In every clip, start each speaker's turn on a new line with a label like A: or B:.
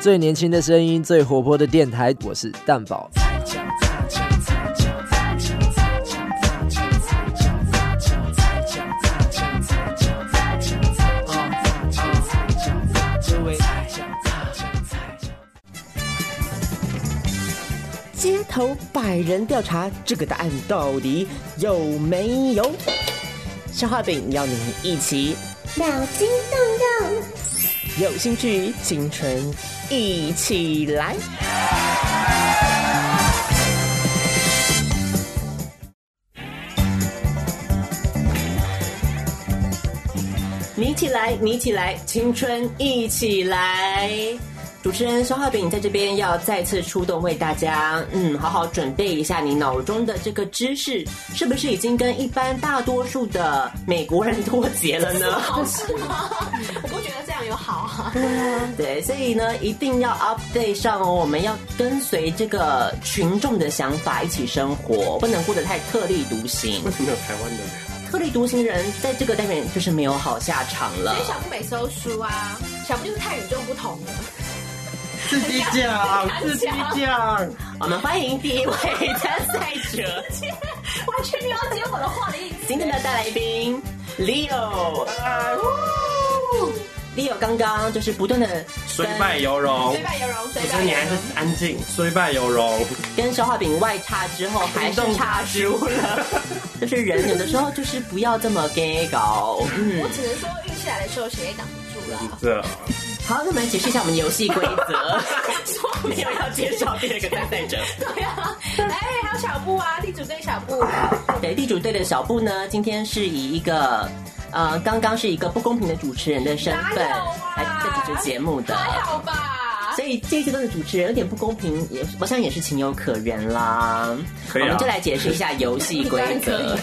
A: 最年轻的声音，最活泼的电台，我是蛋宝。
B: 街头百人调查，这个答案到底有没有？消化饼邀您一起
C: 脑筋动动，
B: 有兴趣，青春一起来。你起来，你起来，青春一起来。主持人肖化饼在这边要再次出动，为大家嗯好好准备一下你脑中的这个知识，是不是已经跟一般大多数的美国人脱节了呢？
D: 好事吗？我不觉得这样有好啊。
B: 对，所以呢，一定要 update 上哦。我们要跟随这个群众的想法一起生活，不能过得太特立独行。
E: 没有台湾的，
B: 特立独行人在这个单元就是没有好下场了
D: 所以。小布没收书啊，小布就是太与众不同了。
E: 自己讲，自己讲。
B: 我们欢迎第一位参赛 者，
D: 完全没有接我的话的意思。
B: 今天的大来宾 Leo。Leo
E: 哦
B: 刚刚就是不断的
E: 虽败犹荣
D: 虽，败犹荣，虽
E: 可
D: 败
E: 是你
D: 犹
E: 还是
D: 荣。
E: 安静。虽败犹荣，
B: 跟消化饼外插之后，还是插输了。就是人有的时候就是不要这么 gay 搞。嗯，
D: 我只能说运气来的时候，谁也挡不住了。
E: 这
B: 好，那我们来解释一下我们游戏规 则。没有要介绍第二个参赛者。
D: 对啊，哎，还有小布啊，地主对小布，
B: 对，地主队的小布呢，今天是以一个呃，刚刚是一个不公平的主持人的身份
D: 哪有啊
B: 来在主持节目的。
D: 还好吧？
B: 所以这一阶段的主持人有点不公平，也我想也是情有可原啦。
E: 可以啊
B: 我们就来解释一下游戏规则。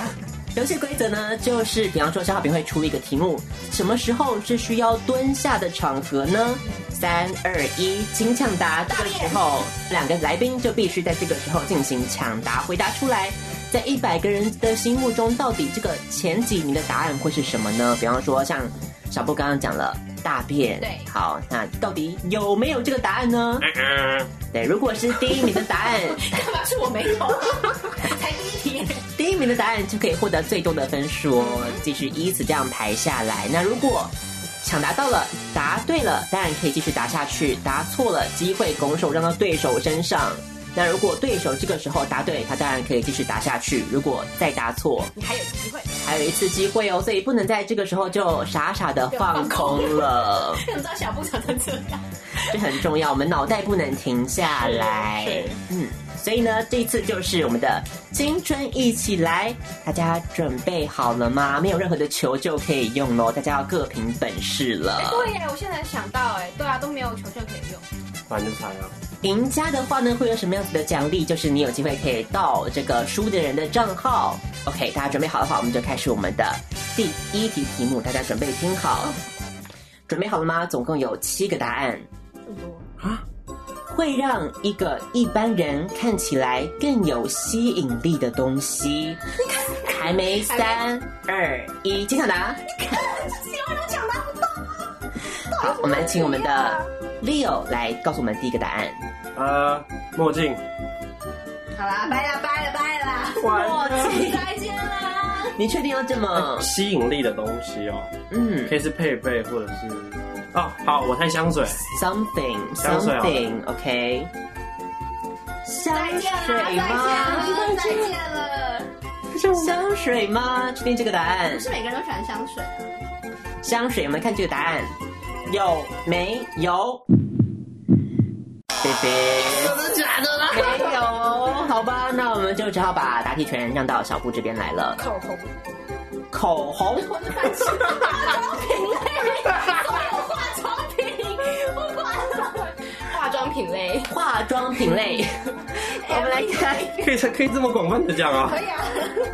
B: 游戏规则呢，就是比方说小好评会出一个题目，什么时候是需要蹲下的场合呢？三二一，请抢答！这个时候，两个来宾就必须在这个时候进行抢答，回答出来。在一百个人的心目中，到底这个前几名的答案会是什么呢？比方说，像小布刚刚讲了大便，
D: 对
B: 好，那到底有没有这个答案呢？
E: 嗯
B: 对，如果是第一名的答案，
D: 干嘛是我没有？啊才第一题，
B: 第一名的答案就可以获得最多的分数哦，继续依次这样排下来。那如果抢答到了，答对了，当然可以继续答下去；答错了，机会拱手让到对手身上。那如果对手这个时候答对，他当然可以继续答下去；如果再答错，
D: 你还有机会。
B: 还有一次机会哦，所以不能在这个时候就傻傻的放空了，
D: 怎么知道小布长成这样？
B: 这很重要。我们脑袋不能停下来
D: 是是，
B: 嗯，所以呢，这一次就是我们的青春一起来，大家准备好了吗？没有任何的球就可以用喽，大家要各凭本事了
D: 哎，。对耶，我现在想到，哎，对啊，都没有球就可以用。
E: 反正就猜啊。
B: 赢家的话呢，会有什么样子的奖励？就是你有机会可以到这个输的人的账号。OK，大家准备好的话，我们就开始我们的第一题题目，大家准备听好，准备好了吗？总共有七个答案，会让一个一般人看起来更有吸引力的东西。还没三二一，请抢答。好，我们请我们的 Leo 来告诉我们第一个答案。
E: 啊，墨镜，
D: 好啦，拜啦拜啦拜啦，
E: 哇
D: 再见啦。
B: 你确定要这么？
E: 吸引力的东西哦，
B: 嗯
E: 可以是配备或者是哦，好，我猜香水，
B: ，something
E: 香水啊
B: something，OK、香
D: 再见啦，
B: 水吗？
D: 再见了，
B: 香水吗？确定这个答案
D: 不？是每个人都喜欢香水啊。
B: 香水，我们看这个答案有没有？菲菲，真的假的啦？没有哦，好吧，那我们就只好把答题权让到小布这边来了。
D: 口红，
B: 口红，
D: 我的饭吃化妆品类，所有化妆品，不管了。化妆品类，
B: 化妆品类，我们来看，
E: 可以可以这么广泛的讲啊
D: 可，以啊，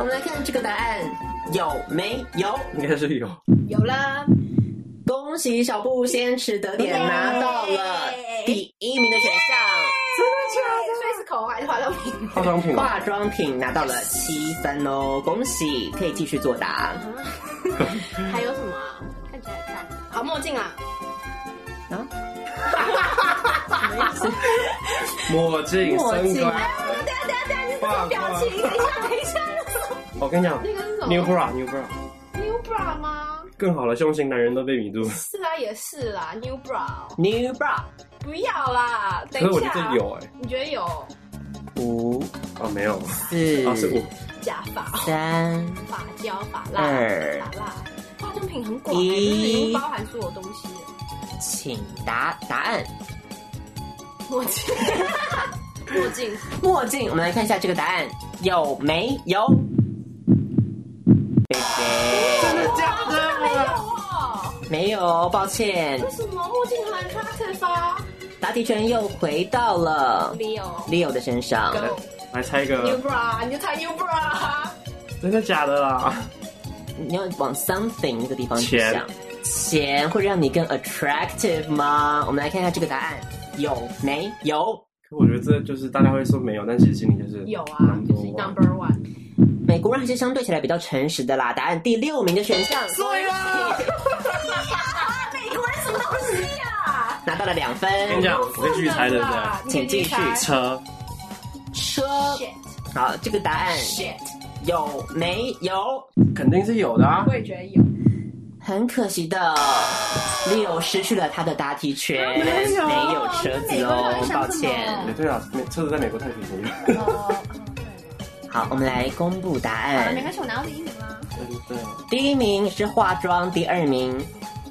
B: 我们来看这个答案有没有？
E: 应该是有。
D: 有啦，
B: 恭喜小布先取得点拿到了第一名的选项，
D: 啊所以是口红还是化妆品？
E: 化妆品哦
B: 化妆品拿到了七分哦，恭喜，可以继续作答。
D: 还有什么啊？看起来很赞。好，墨镜啊，
B: 啊，
E: 墨镜、
B: 墨镜
E: 身高，
D: 等一下等一下，你这个表情，等一下等一下，
E: 我跟你讲
D: 那个是什
E: ，New
D: 么
E: Bra New Bra，
D: ？New bra 吗？
E: 更好的胸型男人都被迷住。
D: 是啊，也是啦，New bra，
B: New bra，
D: 不要啦，
E: 可
D: 等
E: 是
D: 一
E: 我觉
D: 下，啊
E: 得有哎，
D: 你觉得有
B: 五
E: 哦没有，
B: 四
E: 啊是五，
D: 假发、
B: 三
D: 发胶、发蜡、
B: 二
D: 发蜡，化妆品很广、欸，就是
B: 一
D: 已经包含所有东西了。
B: 请答答案。
D: 墨镜，墨镜，
B: 墨镜，我们来看一下这个答案有没有？贝
E: 真
B: 贝
E: 的假
D: 没有
E: 的？
D: 哦，
B: 没有，抱歉。
D: 为什么墨镜很 attractive 啊？
B: 答题权又回到了
D: 没有
B: Leo 的身上。
D: ，Go
E: 来猜一
D: New
E: 个，
D: bra，你就猜 New bra，
E: 真的假的啦？
B: 你要往 something 那个地方去
E: 钱
B: 想。钱会让你更 attractive 吗？我们来看一下这个答案有没有？
E: 可我觉得这就是大家会说没有，但其实心里就是
D: 有啊，就是
E: number
D: number one，
B: 美国人还是相对起来比较诚实的啦。答案第六名的选项，
E: 对
D: 啊
E: 啦。
D: 哎美国人什么东西啊？
B: 拿到了两分。
E: 跟你讲，我可以继续猜，对不对？
D: 你可以
B: 请继续
D: 猜
E: 车
B: 车
D: Shit
B: 好，这个答案
D: shit，
B: 有没有？
E: 肯定是有的啊
D: 我。也觉得有。
B: 很可惜的，Leo 失去了他的答题权，
E: 没有
B: 没有车子哦，抱
E: 也
B: 歉。
E: 对啊，美车子在美国太便宜了。
D: 哦，
B: 好，我们来公布答
D: 好了，
B: 案
D: 没。关系，我拿到第一名啦。
E: 对，
B: 第一名是化妆，第二名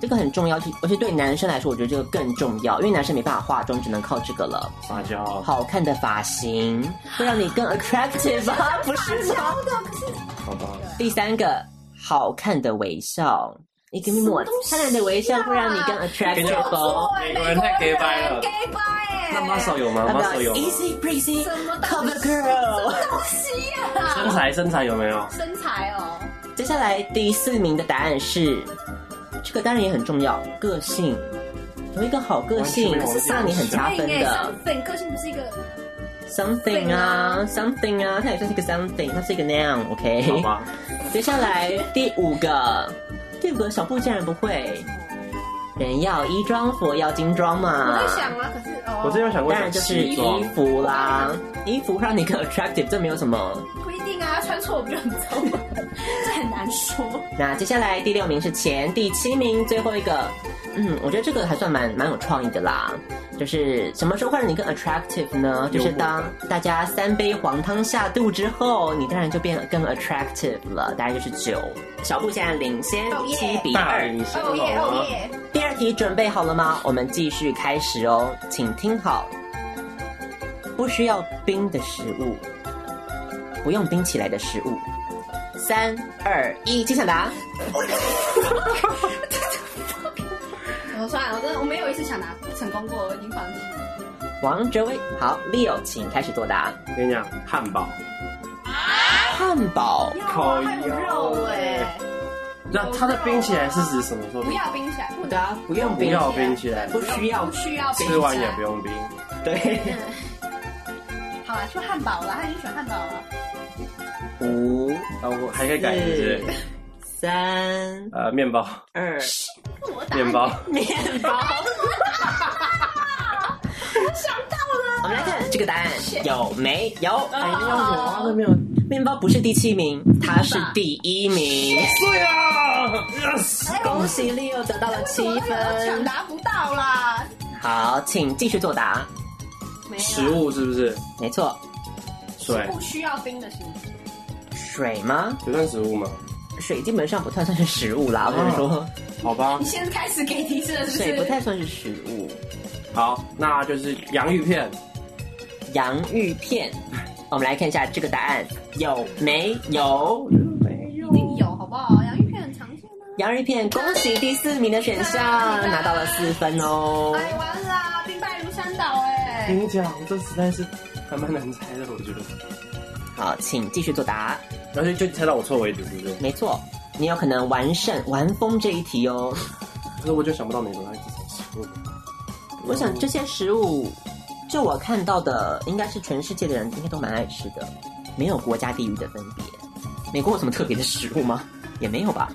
B: 这个很重要，而且对男生来说，我觉得这个更重要，因为男生没办法化妆，只能靠这个了。
E: 发胶。
B: 好看的发型会让你更 attractive 啊， 不是吗？
E: 好吧，
B: 第三个，好看的微笑。一个抹灿烂的微笑会让你更
D: 哎
B: attractive 哦。
E: 美国人太 gay 掰了
D: g a y 掰哎，
E: 那 muscle 有吗
B: 那
E: ？muscle 有吗
B: easy breezy
D: 什么东
B: cover
D: 西
B: girl。
D: 东西啊？
E: 身材身材有没有？
D: 身材哦，
B: 接下来第四名的答案是，这个当然也很重要，个性。有一个好个性
E: 完全没有
B: 是让你很加分的
D: 粉个性不是一个
B: ，something 啊，something 啊，它也算是一个 something，它是一个 noun，OK、
E: 好吧，
B: 接下来第五个，第五个小布竟然不会，人要衣装，佛要金装
D: 我
B: 嘛
D: 在。想啊，可是哦，
E: 我之前有想过
B: 当然就是
E: 西
B: 衣
E: 装，
B: 服啦，衣服让你更 attractive，这没有什么。
D: 不一定啊，穿错我不就很糟吗？这很难说。
B: 那接下来第六名是钱，第七名最后一个，嗯，我觉得这个还算蛮蛮有创意的啦。就是什么时候会让你更 attractive 呢？就是当大家三杯黄汤下肚之后，你当然就变得更 attractive 了。答案就是九，小布现在领先
D: 哦耶
B: 七比
E: 大
B: 二。
E: 龄身
D: 哦耶
E: 好
D: 哦
E: 吗？
D: 耶，
B: 第二题准备好了吗？我们继续开始哦，请听好。不需要冰的食物，不用冰起来的食物。三二一，金抢答。
D: 我哦算了，我真的我没有一次想拿成功过，我已经放弃了。
B: 王哲威，好，Leo，请开始作答。
E: 我跟你讲，汉堡，
B: 汉堡，
E: 烤
D: 还有
E: 腰
D: 肉哎，
E: 那它的冰起来是指什么时候
D: 不？要冰起来，不
B: 对啊，不用
E: 不
B: 冰，
E: 要冰起来，
B: 不需要
D: 不，需要冰起来。
E: 吃完也不用冰。
B: 对，
D: 好啦，说汉堡啦，他已经选汉堡了。
B: 五、
E: 啊，我还可以改名字，
B: 三、
E: 呃，面包，
B: 二，
D: 是我打
E: 面包，
B: 面包。
D: 想到了，
B: 我们来看这个答案有没有？
D: 哎没有啊
B: 都没有。面包不是第七名，它是第一名。
E: 对啊，yes，
B: 恭喜 Leo 得到了七
D: 抢
B: 分。
D: 答不到啦。
B: 好，请继续作答。
D: 没
E: 食
D: 有，啊
E: 物是不是？
B: 没错，
E: 水，
D: 不需要冰的食物。
B: 水吗？
E: 有算食物吗？
B: 水基本上不太算是食物啦，我跟你说，
E: 好吧
D: 你，现在开始给提示哦了，是不
B: 水
D: 是？
B: 不太算是食物。
E: 好，那就是洋芋片，
B: 洋芋片。我们来看一下这个答案有没有
D: 一定有，好不好？洋芋片很常见啊。
B: 洋芋片？恭喜第四名的选项拿到了四分哦。
D: 哎，完了啊，兵败如山倒哎。
E: 你讲，这实在是还蛮难猜的，我觉得。
B: 好，请继续作答。
E: 而且就猜到我错为止，对不对？
B: 没错，你有可能完胜完封这一题哦。
E: 可是我就想不到美国人是什么食物。
B: 我想这些食物，就我看到的，应该是全世界的人应该都蛮爱吃的，没有国家地域的分别。美国有什么特别的食物吗？也没有吧。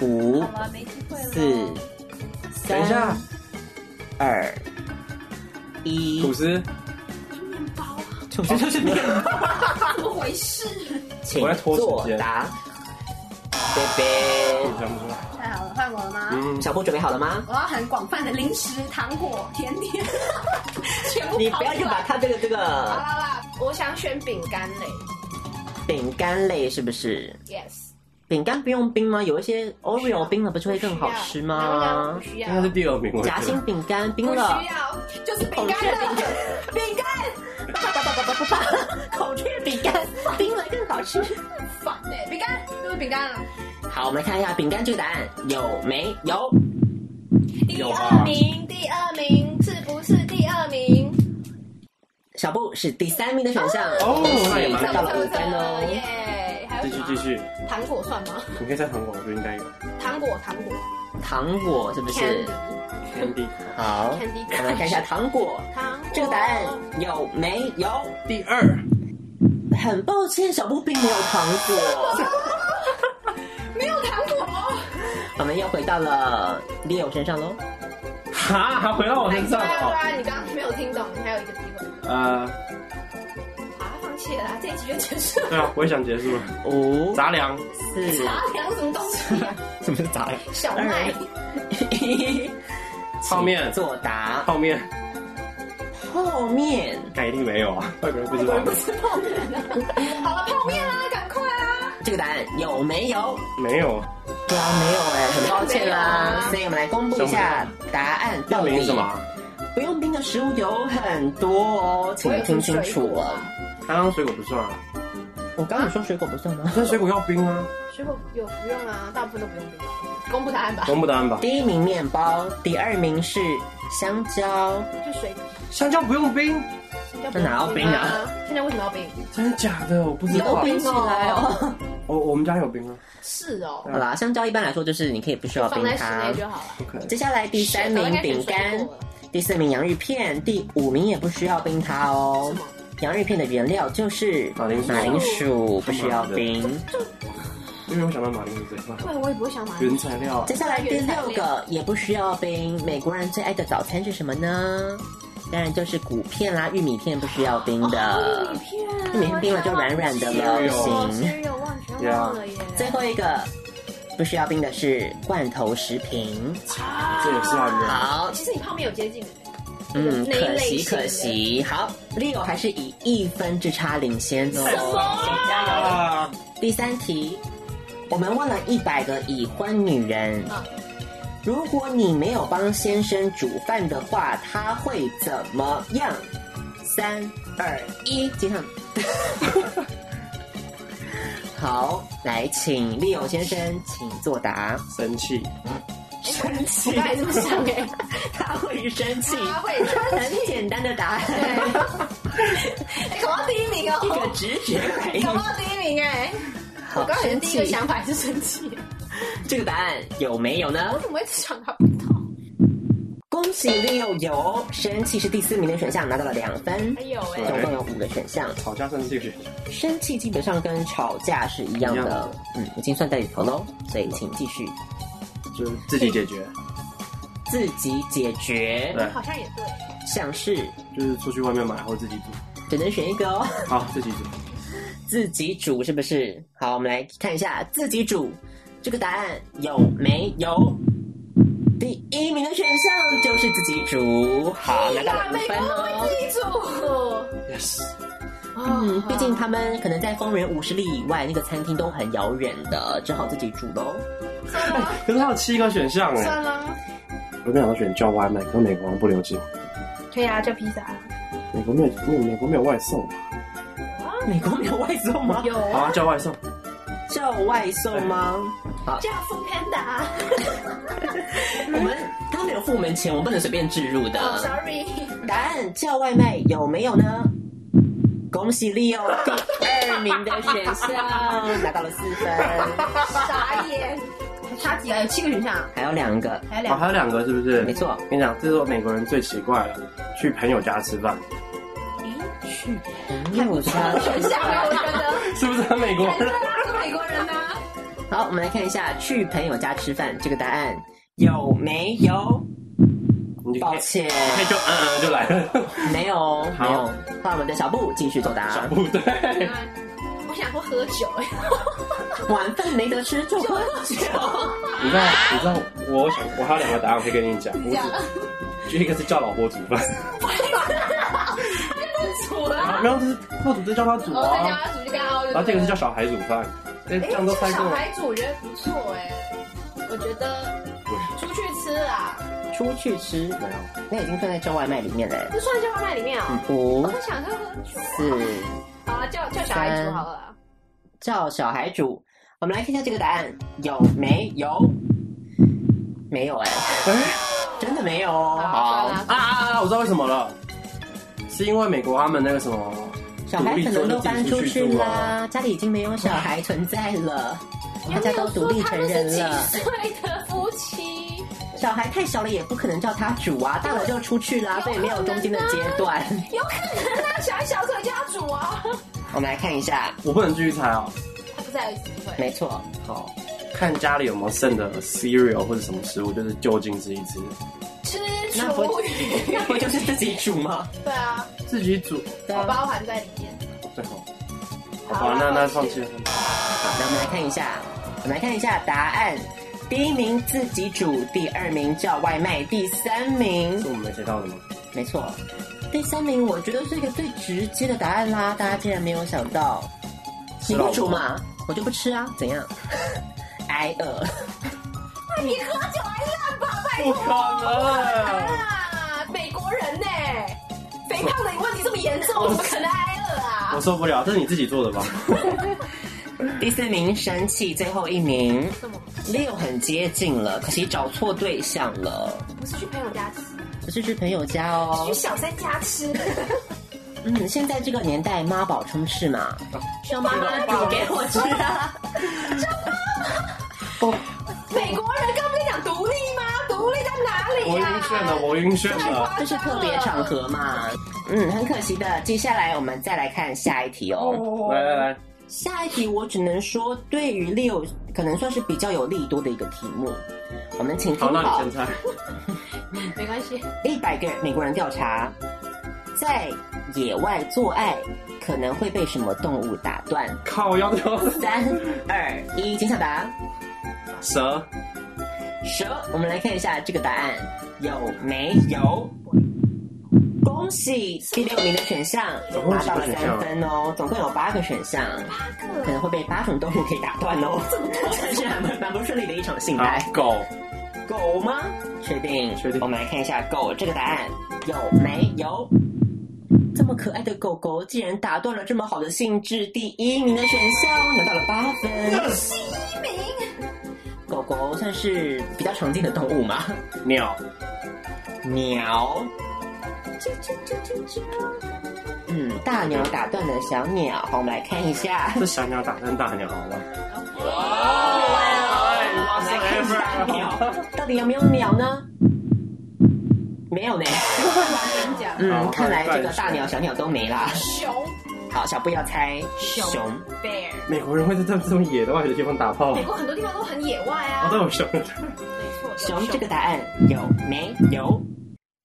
B: 五
D: 好了，没机会了。
B: 四，
E: 等一下，
B: 二， B，
E: 吐司，
D: 面包啊，
B: 吐司就是面包，
D: 怎么回事？
B: 请
E: 我在拖时间
B: 作答。贝贝，
E: 嗯想不出
B: 啊
E: 来。
D: 太好了，换我了吗？
B: 嗯，小布准备好了吗？
D: 我要很广泛的零食、糖果、甜点，全部
E: 啊
B: 你不要去把
D: 它。
B: 它这个这
D: 好
B: 个
D: 啦啦，我想选饼干类
B: 饼干类是不是？
D: ，yes。
B: 饼干不用冰吗？有一些 Oreo 冰了不是会更好吃吗
D: 不？需要，
E: 应该是第二名，我觉
B: 夹心
E: 得。
B: 饼干冰
D: 不需
B: 了，
D: 要，就是饼干的饼干，
B: 孔雀饼干冰了更好吃。
D: 烦哎，饼干就是饼干啊了。
B: 好，我们来看一下饼干这个答案有没有？
D: 第
B: 啊
D: 二名，第二名，是不是第二名？
B: 小布是第三名的选项，
E: 哦那也
B: 你
E: 蛮
B: 得到了五分哦。
D: 耶！还有
E: 继
D: 什么啊
E: 续继续，
D: 糖果算吗？
E: 你可以在韩国，我觉得应该有。
D: 糖果，糖果
B: 糖果是不是？
D: ，candy，
E: Candy，
B: 好，
D: Candy
B: 我们来看一下糖果，
D: 糖果
B: 这个答案有没有？
E: 第二，
B: 很抱歉，小布并没有糖 果，
D: 没有糖果，
B: 我们又回到了 Leo 身上喽。
E: 哈，还回到我身上
D: 对啊对
E: 哦。
D: 啊，你刚刚没有听懂，你还有一个机会。
E: 呃，
D: 好，放弃了啦，这一集就结束了。
E: 对啊，我也想结束了。
B: 五、
E: 杂粮，
B: 四、
D: 杂粮什么东西啊？
E: 什么是杂粮？
D: 小麦，
B: 一，
E: 泡面，
B: 作答。
E: 泡面，
B: 泡面，
E: 该一定没有 啊，外国人不知
D: 我
E: 道
D: 们。不吃泡面 啊。好了，泡面啦，赶快啊啦！
B: 这个答案有没有？
E: 没有，
B: 对啊，没有哎、很抱歉
D: 没有
B: 啦
D: 啊。
B: 所以我们来公布一下答案
E: 那
B: 到底
E: 名什么啊？
B: 不用冰的食物有很多哦，请听清楚哦了。
E: 刚刚水果不算啊，
B: 我刚刚有说水果不算吗？
E: 但水果要冰啊。
D: 水果有不用啊，大部分都不用冰。公布答案吧，
E: 公布答案吧。
B: 第一名面包，第二名是香蕉。
D: 就水
E: 香蕉不用冰，
D: 要
B: 这哪要冰啊？
D: 现在为什么要冰？
E: 真的假的？我不知
B: 有
E: 道。
B: 冰起来哦。
E: 我我们家有冰啊。
D: 是哦，
B: 好啦，香蕉一般来说就是你可以不需要
D: 放
B: 冰
D: 在室
B: 它
D: 内。就好了。
E: OK，
B: 接下来第三名饼干，第四名洋芋片，第五名也不需要冰它哦
D: 什么。
B: 洋芋片的原料就是
E: 马铃薯
B: 马铃薯不需要冰。
E: 因为我想到马铃薯这一块，
D: 对，我也不会想买。
E: 原材料啊
B: 接下来第六个也不需要冰。美国人最爱的早餐是什么呢？当然就是谷片啦，玉米片不需要冰
D: 哦
B: 的。
D: 片
B: 玉米片冰了就软软的了，不行。
D: 有忘全忘了耶。
B: 最后一个不需要冰的是罐头食品。
E: 这也是啊，原来
B: 好，
D: 其实你泡面有接近，
B: 嗯，
D: 那一
B: 可
D: 类
B: 惜
D: 型的
B: 可惜。好，Leo 还是以一分之差领先哦。
E: 啊，
B: 第三题，我们问了一百个已婚女人
D: 嗯，
B: 如果你没有帮先生煮饭的话，他会怎么样？三二一，接上。 好，来，请 Leo 先生，请作答。
E: 生气，
B: 生气
D: 哎我刚才这么想哎，
B: 他会生气，
D: 他会生气
B: 很简单的答案，
D: 哎，搞到第一名
B: 一个
D: 哦，
B: 直觉反应
D: 搞。到第一名哎。我刚才第一个想法是生气，
B: 这个答案有没有呢
D: 我？怎么会想到不到？
B: 恭喜 Leo 有，生气是第四名的选项，拿到了两分
D: 还。有哎，
B: 总共有五个选项，
E: 吵架生气的选项。
B: 生气基本上跟吵架是一样
E: 一样
B: 的
E: 的，
B: 嗯，已经算在里头喽，所以请继续
E: 就是自己解决，
B: 自己解决，
E: 对，
D: 好像也对。
B: 像是
E: 就是出去外面买或者自己煮，
B: 只能选一个哦，
E: 好，自己煮，
B: 自己煮是不是？好，我们来看一下自己煮这个答案有没有？第一名的选项就是自己煮，好，拿到了五
D: 美国
B: 分
D: 人
B: 哦
D: 会。记住。
E: yes，
B: 嗯，毕竟他们可能在方圆五十里以外，那个餐厅都很遥远的，只好自己煮喽。
D: 算了
E: 可是它有七个选项哎，
D: 算了，
E: 我本来想选叫外卖，可美国不流行，
D: 可以啊，叫披萨。
E: 美国没有没有美国没有外送，
B: 美国没有外送吗？
D: 有
E: 好啊，叫外送，
B: 叫外送吗？
D: 叫 Food Panda。
B: 我们他没有付我们钱，我们不能随便置入
D: 哦
B: 的。
D: ，sorry，
B: 答案叫外卖有没有呢？恭喜 Leo 第二名的选项拿到了四分，
D: 傻眼，还差几个？有七个选项啊，
B: 还有两个，
D: 还有两个。
E: 啊，还有两个是不是？
B: 没错
E: 跟你讲，这是我美国人最奇怪的，去朋友家吃饭，
B: 六家
D: 选项啊，我觉得。
E: 是不是很美国人？
D: 是美国人呐、啊，
B: 好，我们来看一下去朋友家吃饭这个答案有没有？
E: 你
B: 抱歉，
E: 那就嗯嗯就来了，
B: 没有
E: 好
B: 没有。那我们的小布继续作
E: 小
B: 答，
E: 布 对，
D: 我想说喝酒，
B: 晚饭没得吃就喝酒。
E: 你知道你知道我想我还有两个答案我可以跟你讲，我只就一个是叫老婆煮饭，
D: 煮了，
E: 然后就是不煮就叫他煮
D: 我在
E: 啊，
D: 家煮就啊跟他熬。
E: 然后这个是叫小孩煮饭，
D: 哦
E: 哎
B: 啊
D: 哎，
E: 这样都猜
D: 这个小
E: 过了，
D: 孩煮，我觉得不错哎，我觉得出去吃啊，
B: 出去吃，
E: 没有
B: 那已经算在叫外卖里面嘞。
D: 这算叫外卖里面啊。
B: 五
D: 我想喝喝酒，
B: 四
D: 好啊，叫叫小孩煮好了啦。
B: 叫小孩煮，我们来看一下这个答案有没有？没有哎、真的没有哦。
D: 好
B: 好，
E: 啊啊啊！我知道为什么了，是因为美国他们那个什么。
B: 小孩可能都搬出去
E: 独立之后就自己出去住
B: 啦，
E: 啊
B: 家里已经没有小孩存在了，大
D: 有没
B: 家
D: 有
B: 都独立成人了。
D: 说他们是几岁的夫妻，
B: 小孩太小了，也不可能叫他煮啊，大了就出去啦，所以没有中间的阶段。
D: 有可能啊，小孩小时候就要煮啊。
B: 我们来看一下，
E: 我不能继续猜啊、
D: 他不在有机会，
B: 没错，
E: 好，看家里有没有剩的 cereal 或者什么食物，就是就近吃一吃，
D: 吃
B: 那不
D: 厨余，
B: 那不就是自己煮吗？
D: 对啊，
E: 自己煮。
B: 对
D: 我
B: 啊。
D: 包含在里面。
E: 最后，
D: 好
E: 好吧，那那放弃了。
B: 好，那我们来看一下，我们来看一下答案。第一名自己煮，第二名叫外卖，第三名
E: 是我们没猜到的吗？
B: 没错，第三名我觉得是一个最直接的答案啦，大家竟然没有想到。你不煮嘛，我就不吃啊，怎样？ 挨饿。
D: 你喝酒还烂吧，拜
E: 不
D: 托
E: 可能！
D: 啊！美国人呢、肥胖的问题这么严重，怎么可能挨饿啊
E: 我？受不了，这是你自己做的吧？
B: 第四名生气，最后一名
D: 什么？
B: 六很接近了，可惜找错对象了，
D: 不是去朋友家吃，
B: 不是去朋友家哦
D: 去。小三家吃。
B: 嗯，现在这个年代妈宝充斥嘛，
E: 啊
B: 让妈妈煮给我吃 啊。
D: 美国人刚不是讲独立吗？独立在哪里 啊
E: 我
D: 呀、
E: 晕眩了，我晕眩了。
B: 这是特别场合嘛。嗯，很可惜的。接下来我们再来看下一题哦。
E: 来来来，
B: 下一题我只能说，对于 Leo 可能算是比较有利多的一个题目。我们请
E: 好，
B: 听
E: 那你
B: 好
E: 先猜。
D: 没关系。
B: 一百个美国人调查，在野外做爱可能会被什么动物打断？
E: 靠腰的
B: 三二一，请抢答。
E: 蛇，
B: 蛇，我们来看一下这个答案有没有？恭喜第六名的选项
E: 总共
B: 拿
E: 几
B: 到
E: 个
B: 了
E: 选项
B: 三
E: 啊
B: 分哦，总共有八个选项，可能会被八种动物给打断哦， 这是蛮蛮不顺利的一场性爱。
E: 好，狗，
B: 狗吗？确定，
E: 确定
B: 我们来看一下狗这个答案有没有？这么可爱的狗狗，竟然打断了这么好的兴致，第一名的选项拿到了八分。狗狗算是比较常见的动物嘛？
E: 鸟，
B: 鸟，嗯，大鸟打断了小鸟。好，我们来看一下，
E: 这小鸟打断大鸟，好吧？
B: 我
E: 哎哇
B: 们来看一下鸟，到底有没有鸟呢？没有呢。
D: 我跟你讲，
B: 嗯，看来这个大鸟、小鸟都没啦。
D: 熊
B: 好，小布要猜
D: 熊 bear，
E: 美国人会在这么这么野的外的地方打炮啊
D: 美？国很多地方都很野外
E: 哦我
D: 啊。
E: 都有熊，
D: 没错，
B: 熊这个答案有没有？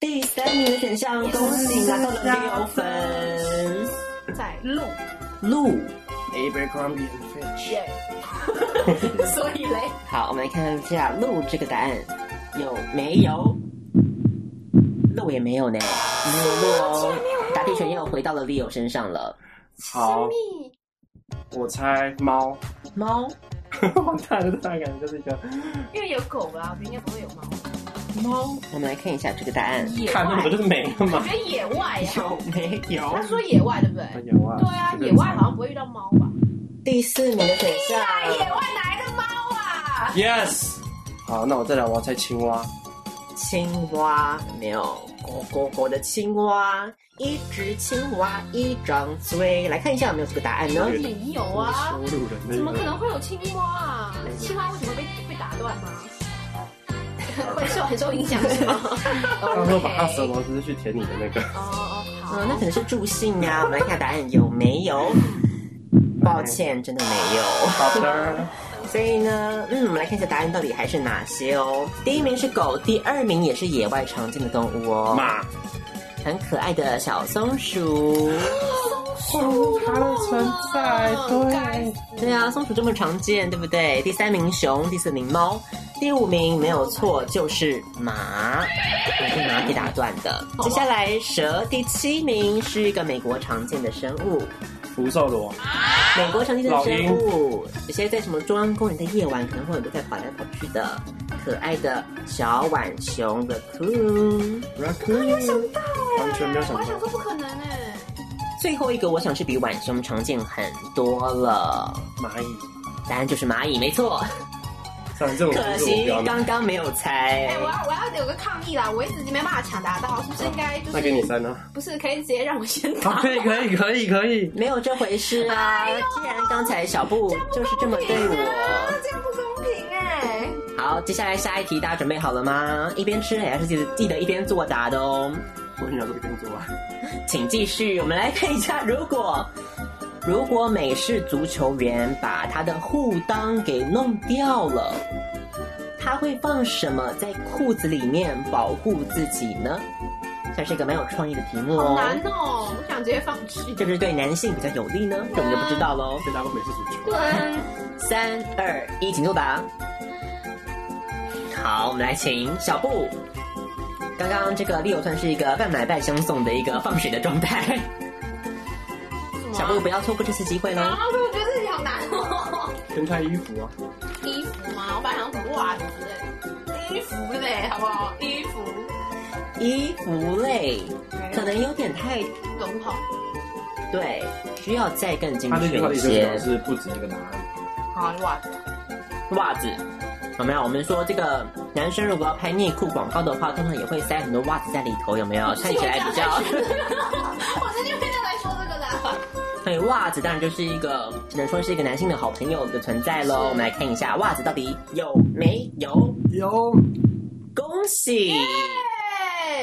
B: 第三名的选项，恭喜拿到了六分。
D: 在鹿
B: 鹿，
E: Abercrombie and Fitch
D: 耶，所以嘞，
B: 好，我们来看一下鹿这个答案有没有？鹿也没有呢，没有鹿哦。答题权又回到了 Leo 身上了。
E: 好，我猜 猫。
B: 猫，
E: 完蛋了，大概就是一个
D: 因为有狗啦，我觉得应该不会有猫。
B: 猫，我们来看一下这个答案
D: 野
E: 看那
D: 外
E: 么多，就是没了
D: 我
E: 嘛
D: 觉。得野外呀、
B: 有没有
D: 他说野外对不对？
E: 野外，
D: 对 啊，野外好像不会遇到猫吧？
B: 第四名的选
D: 啊，野
B: 项，
D: 外哪来的猫啊？
E: Yes。好，那我再来，我要猜青蛙。
B: 青蛙，有没有？狗狗狗的青蛙，一只青蛙一张嘴。来看一下有没有这个答案呢？
D: 没有啊，
E: 羞辱人的，
D: 怎么可能？会有青蛙啊？青蛙为什么被被打断呢？ 会受很受影响是吗？
E: 到时候把它舌
D: OK
E: 头直接去舔你的那 个。
D: 哦哦
B: 嗯，那
D: 好，
B: 可能是助兴呀、我们来看答案有没有？抱歉，真的没有。
E: 好的，
B: 所以呢，嗯，我们来看一下答案到底还是哪些哦。第一名是狗，第二名也是野外常见的动物哦，
E: 马，
B: 很可爱的小松鼠。
E: 它的存在，
D: 该
E: 对，
B: 对啊，松鼠这么常见，对不对？第三名熊，第四名猫，第五名没有错，就是马，我是马给打断的。接下来蛇，第七名是一个美国常见的生物，
E: 福寿螺，
B: 美国常见的生物，有些在什么中央公园的夜晚可能会有个在跑来跑去的可爱的小浣熊的 coon。
E: 完全没有想
D: 我想
E: 到
D: 说不可能哎，
B: 最后一个我想是比浣熊常见很多了，
E: 蚂蚁。
B: 答案就是蚂蚁，没错。
E: 像这种
B: 可
E: 就是我
B: 惜
E: 不要买，
B: 刚刚没有猜。
D: 哎，我要我要有个抗议啦，我一直没办法抢答到，是不是应该就
E: 那给你
D: 是
E: 三呢？
D: 不是可以直接让我先
E: 好，
D: 答？
E: 可以，可以，可以，可以。
B: 没有这回事啊！
D: 哎
B: 既然刚才小布就是这么对
D: 啊
B: 我，
D: 这样不公平哎！
B: 好，接下来下一题大家准备好了吗？一边吃还要是记得记得一边作答的哦。
E: 我很想做工作啊，
B: 请继续，我们来看一下，如果如果美式足球员把他的护裆给弄掉了，他会放什么在裤子里面保护自己呢？算是一个蛮有创意的题目
D: 好
B: 哦。
D: 难哦，我想直接放弃。
B: 是不是对男性比较有利呢？这我们就不知道喽。
E: 先打过美式足球。
D: 滚！
B: 三二一，请作答。好，我们来请小布。刚刚这个利友算是一个半买半相送的一个放水的状态，小布不要错过这次机会喽
D: 啊。！我觉得这题好难哦。
E: 先穿衣服啊，
D: 衣服吗？我本来想说袜子嘞，衣服嘞，好不好？衣服，
B: 衣服类可能有点太
D: 龙袍。
B: 对，需要再更精
E: 他那句话
B: 确
E: 的
B: 一
E: 意思表
B: 些。
E: 示不止一个答案。
D: 好，袜子。
B: 袜子，有没有？我们说这个男生如果要拍内裤广告的话，通常也会塞很多袜子在里头，有没
E: 哦
B: 有？看起来比较。
D: 我是就偏要来说这个的。
B: 所以袜子当然就是一个，只能说是一个男性的好朋友的存在喽。我们来看一下袜子到底有没有？
E: 有，
B: 恭喜！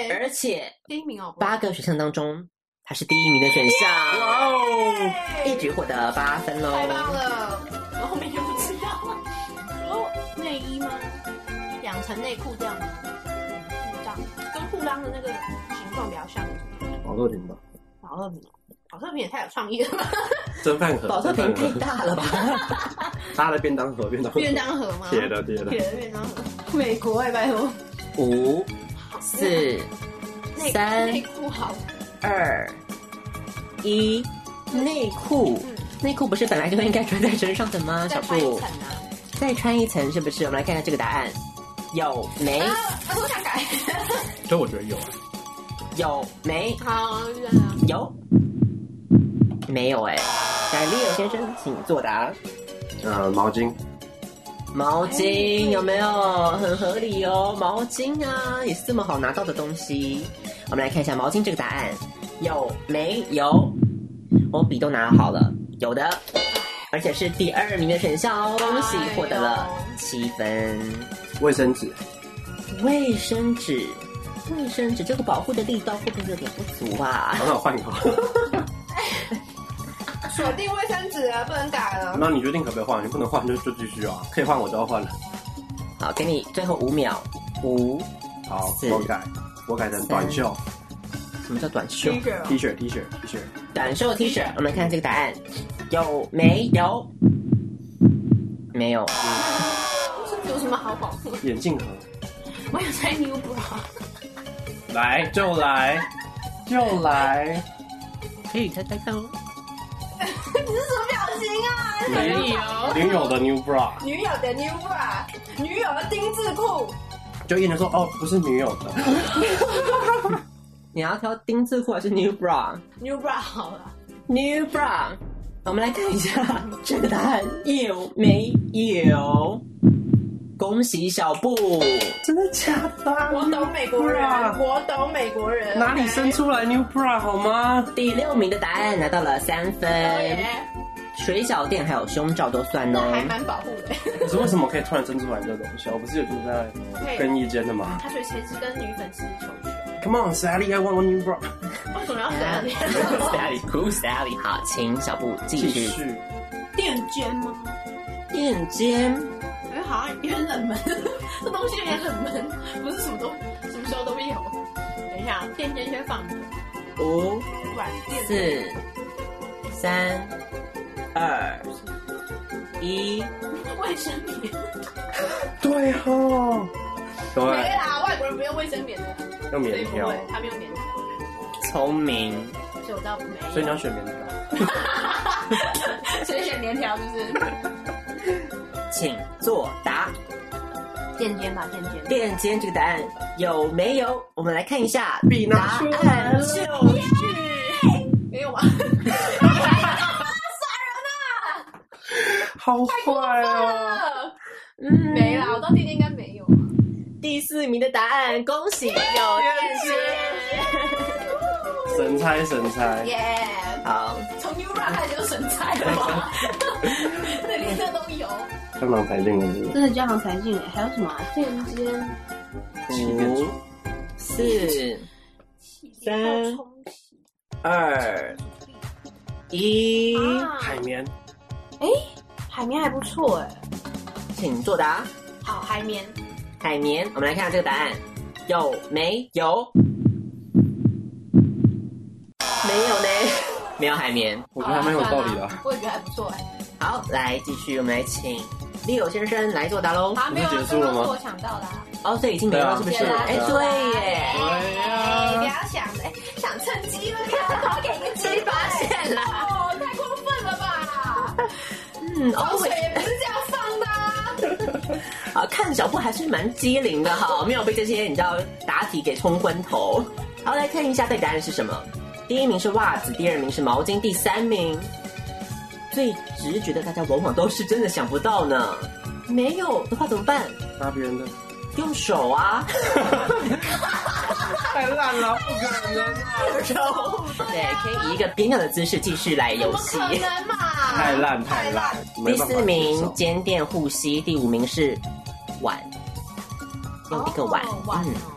D: 对，
B: 而且
D: 第一名哦，
B: 八个选项当中，它是第一名的选项，
E: 哇哦，
B: 一举获得八分喽。
D: 太棒了。然后后面就不知道了。说内衣吗？两层内裤这样吗？裤裆跟裤裆的那个形状比较像。
E: 保乐瓶吧，
D: 保乐瓶，保乐瓶也太有创意了吧？
E: 蒸饭盒，
B: 保特瓶太大了吧？
E: 搭的便当盒，便当盒，
D: 便当盒吗？
E: 铁的，铁的，
D: 铁的便当盒，美国哎，拜托。
B: 五、四、
D: 内
B: 三
D: 内裤好，
B: 二、一，内裤。内裤不是本来就应该穿在身上的吗？
D: 再
B: 小
D: 穿一
B: 布
D: 层，啊。
B: 再穿一层是不是？我们来看看这个答案，有没
D: 啊，我想改。
E: 所以我觉得有啊，
B: 有没
D: 好，就这样。
B: 有？没有哎、改利尔先生，请作答。
E: 呃，毛巾，
B: 毛巾有没有很合理哦？毛巾啊，也是这么好拿到的东西。我们来看一下毛巾这个答案有没有？我笔都拿好了，有的，而且是第二名的选项哦，恭喜获得了七分。
E: 卫生纸，
B: 卫生纸，卫生纸这个保护的力道会不会有点不足啊？
E: 好，那我换一个。
D: 锁定卫生纸啊，不能改了。
E: 那你决定可不可以换？你不能换就就继续啊，可以换我就要换了。
B: 好，给你最后五秒，五，
E: 好，
B: 是
E: 我改，我改成短袖
B: 什么叫短袖？
E: T 恤，T 恤，T 恤，
B: 短袖 T 恤，我们看这个答案有没有？没有，
D: 甚至有什么好保护？
E: 眼镜盒，
D: 我想穿 New Bra。
E: 来就来就 来，
B: 可以猜猜看哦。
D: 你是什么表情啊？
E: 没有女友的 New Bra。
D: 女友的 New Bra，女友的丁字裤。
E: 就一人说哦，不是女友的，
B: 你要挑丁字裤还是 New Bra？New
D: New Bra 好了，
B: Bra，我们来看一 下这个答案有没有？恭喜小布，
E: 真的假的啊？
D: 我懂美国人，我懂美国人。
E: 哪里生出来 New Bra 好吗？
B: 第六名的答案拿到了三分，
D: 哎，
B: 水饺店还有胸罩都算
D: 那还
B: 哦。
D: 蛮保护的。
E: 可是为什么可以突然生出来这个东西啊？我不是有住在
D: 对，
E: 更衣间的 吗
D: 他所以其实跟女粉丝求学。
E: ？Come on, Sally, I want one new bra。
D: 为什么要 选
B: Sally，Cool Sally，好，请小布继
E: 继
B: 续。
E: 续，
D: 垫肩吗？
B: 垫肩，
D: 因为好像有点冷门，这东西有点冷门，不是什么都什么时候都会有。等一下，垫肩先放着，
B: 五、
D: 不然垫肩
B: 四、三、
E: 哎
B: 二、一。
D: 卫生棉
E: 对啊哦，
D: 没
E: 对，
D: 啦，外国人不用卫生棉的，
E: 用
D: 所以
E: 棉
D: 不
E: 条
D: 会，，他们用棉条，
B: 聪明，
D: 所以我倒没有。
E: 所以你要选棉条。
D: 所以选棉条是不是？
B: 请作答。
D: 垫肩吧，垫 肩。
B: 练今天这个答案有没有？我们来看一下，答案就是
D: 没有吧？啊
E: 好坏哦！
D: 嗯，没啦，我到垫肩应该没有。
B: 第四名的答案，恭喜有认真。
E: 神猜神猜，
D: 耶！
B: 好，
D: 从 U r a 开始就神菜了 吧？那连这都有，
E: 香港才进的是
D: 真的家常才进哎，还有什么垫肩？
E: 七个
B: 五、四、三
D: 充气
B: 二、一，
E: 海绵，
D: 海绵还不错哎，
B: 请作答。
D: 好海绵，
B: 海绵，我们来看看这个答案有没有？没有呢，没有海绵。
E: 我觉得还蛮有道理的
D: 好
E: 啊。
D: 啦算啦我也觉得还不错哎。
B: 好，来继续，我们来请 Leo 先生来作答喽。
D: 啊，没有啊，
E: 我们结束了吗
D: 刚刚是我想到的啊，
B: 哦，所以已经没了，是不是？
E: 对啊
B: 哎、
E: 对
B: 对
E: 啊
B: 耶，
E: 对呀
D: 哎不要想着，哎，想趁机了，我给你个
B: 被
D: 机
B: 发
D: 会。
B: 现了。
D: 哦，太过分了吧！
B: 嗯，
D: 口
B: 哦，
D: 水也不是这样放的、啊。
B: 啊，看小布还是蛮机灵的哈，没有被这些你知道答题给冲昏头。好，来看一下对答案是什么。第一名是袜子，第二名是毛巾，第三名最直觉的，大家往往都是真的想不到呢。没有的话怎么办？
E: 拿别人的，
B: 用手啊，
E: 太烂了，不可能啊！
B: 手，对，可以以一个边亮的姿势继续来游戏。
D: 怎么可能嘛？
E: 太烂嗯太烂，没
B: 第
E: 办法
B: 四
E: 接
B: 名
E: 受
B: 肩垫护膝，第五名是碗，用一个碗，
D: 哦碗
B: 嗯。
D: 哦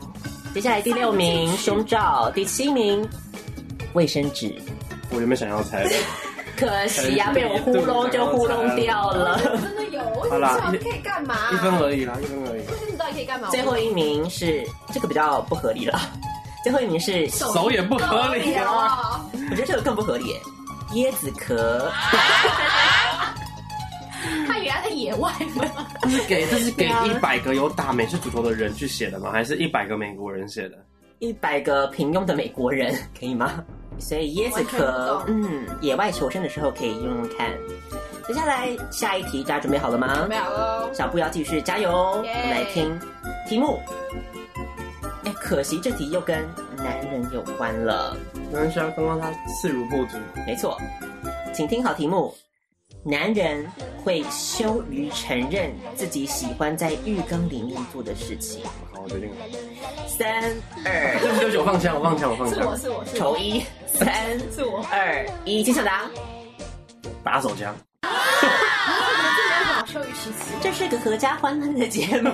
B: 接下来第六名胸罩，第七名卫生纸。
E: 我原本想要猜，
B: 可惜呀、被我糊弄就糊弄掉了。
D: 真的有，我
E: 好
D: 怎么
E: 啦
D: 知道
E: 一
D: 可以干嘛、
E: 一分而已啦，一分而已。
D: 我怎么知道可以干嘛？
B: 最后一名是这个比较不合理了，最后一名是
E: 手也不合理啊！
D: 哦，
B: 我觉得这个更不合理耶，椰子壳。
D: 他原来在野外吗？
E: 这是给这是给一百个有打美式足球的人去写的吗？还是一百个美国人写的？
B: 一百个平庸的美国人， 可以吗？所以椰子壳
D: 完，全
B: 嗯，野外求生的时候可以用用看。接下来下一题，大家准备好了吗？
D: 没有哦，
B: 小布要继续加油哦。我
D: 耶
B: 们来听题目。哎，可惜这题又跟男人有关了。
E: 男生刚刚他势如破竹，
B: 没错，请听好题目：男人会羞于承认自己喜欢在浴缸里面做的事情。
E: 好，我决定了。
B: 三二
E: 对不起，对不起，我放枪，我放枪，我放
D: 是我
E: 枪，
D: 是我 是
B: 求
D: 我
B: 一，三
D: 是我，
B: 二一，请抢答。
E: 打手枪。
D: 这没有什么羞于其耻。
B: 这是个合家欢乐的节 目。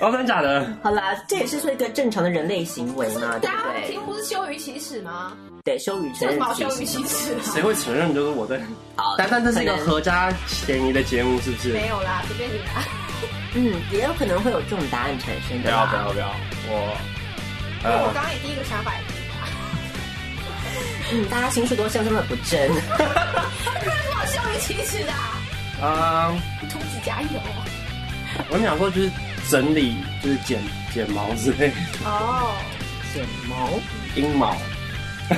E: 哦，真的假的？
B: 好啦，这也是说一个正常的人类行为嘛，对不
D: 大家
B: 对？
D: 听不是羞于启齿吗？
B: 对，羞于承
D: 这有什
B: 认
D: 么好羞
B: 自
D: 于
B: 己。
D: 启齿啊？
E: 谁会承认就是我在？
B: 好
E: 但但这是一个
B: 可能
E: 合家便宜的节目，是不是？
D: 没有啦，随便你啦。
B: 嗯，也有可能会有这种答案产生
E: 不
B: 的
E: 要
B: 啦。
E: 不要不要，我
D: 因为我
E: 呃
D: 刚刚也第一个想法也是，
B: 嗯，大家情绪都相当的不正。
D: 这有什么好羞于启齿的啊？
E: 啊、
D: 涂指甲油。
E: 我想说就是整理，就是剪剪毛之类，
D: 哦，
B: 剪毛，
E: 阴毛。这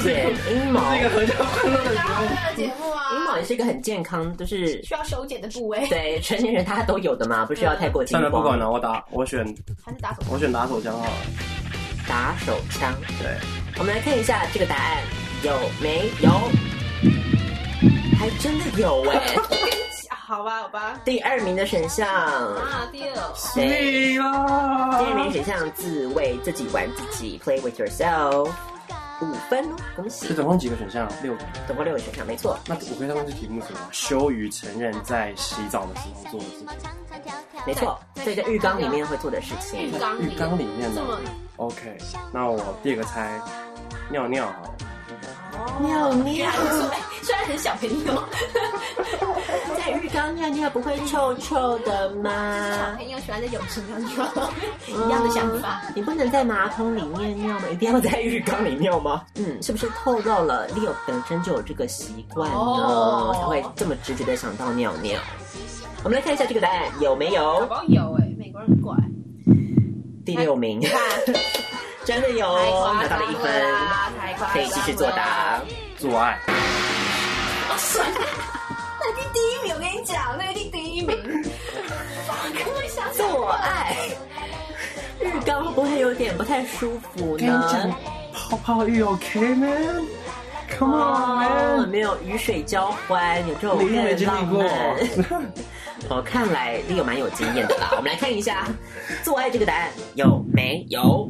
E: 是一
B: 剪
E: 个
B: 阴
E: 这
B: 毛，
E: 是一个合家欢乐的节
D: 然后
E: 目。
D: 这个节目
B: 阴毛
D: 啊，
B: 也是一个很健康，就是
D: 需要修剪的部位，
B: 对成年人大家都有的嘛，不需要太过惊
E: 算了，不管
B: 慌。
E: 了，我打我选
D: 还是打手
E: 我选打手枪好了。
B: 打手枪，
E: 对，
B: 我们来看一下这个答案有没有？ 还真的有哎、
D: 啊好吧，好吧。
B: 第二名的选项，
D: 啊，第二，
B: 对。
E: 你啦
B: 第二名选项自慰，自己玩自己，play with yourself，五分哦，恭喜
E: 这，总共几个选项啊？六个。
B: 总共六个选项，没错，
E: 那我可以上去题目是什么？羞于承认在洗澡的时候做的事情。
B: 没错，所以在浴缸里面会做的事情
D: 浴，缸里
E: 浴缸里面
D: 这
E: 呢
D: 么
E: ？OK，那我第二个猜尿尿好了。
B: 尿尿
D: 尿，虽然很小朋友，
B: 在浴缸尿尿不会臭臭的
D: 小
B: 吗？
D: 朋友喜欢在泳池上尿，一样的想法。
B: 嗯你不能在马桶里面尿吗？一定要在浴缸里尿吗？嗯，是不是透露了 Leo 本身就有这个习惯呢？
D: 哦
B: 才会这么直觉的想到尿尿。我们来看一下这个答案有没有
D: 宝宝有哎、美国人很怪，
B: 第六名， 真的有
D: 太夸
B: 拿到
D: 张
B: 哦了一
D: 了
B: 分，
D: 啦，太夸张了
B: 可以继续作答。。
E: 做爱，
D: 哦，是 那一定第一名，我跟你讲，那一定第 一名。可不可以想想
B: 做爱，浴缸会不会有点不太舒服
E: 跟你讲
B: 呢？，
E: 泡泡浴 OK man，Come on
B: 哦
E: man，，
B: 没有雨水交欢，有这种
E: 你以为
B: 更
E: 经历
B: 浪
E: 过？
B: 漫。 哦，看来你有蛮有经验的啦。我们来看一下做爱这个答案有没有？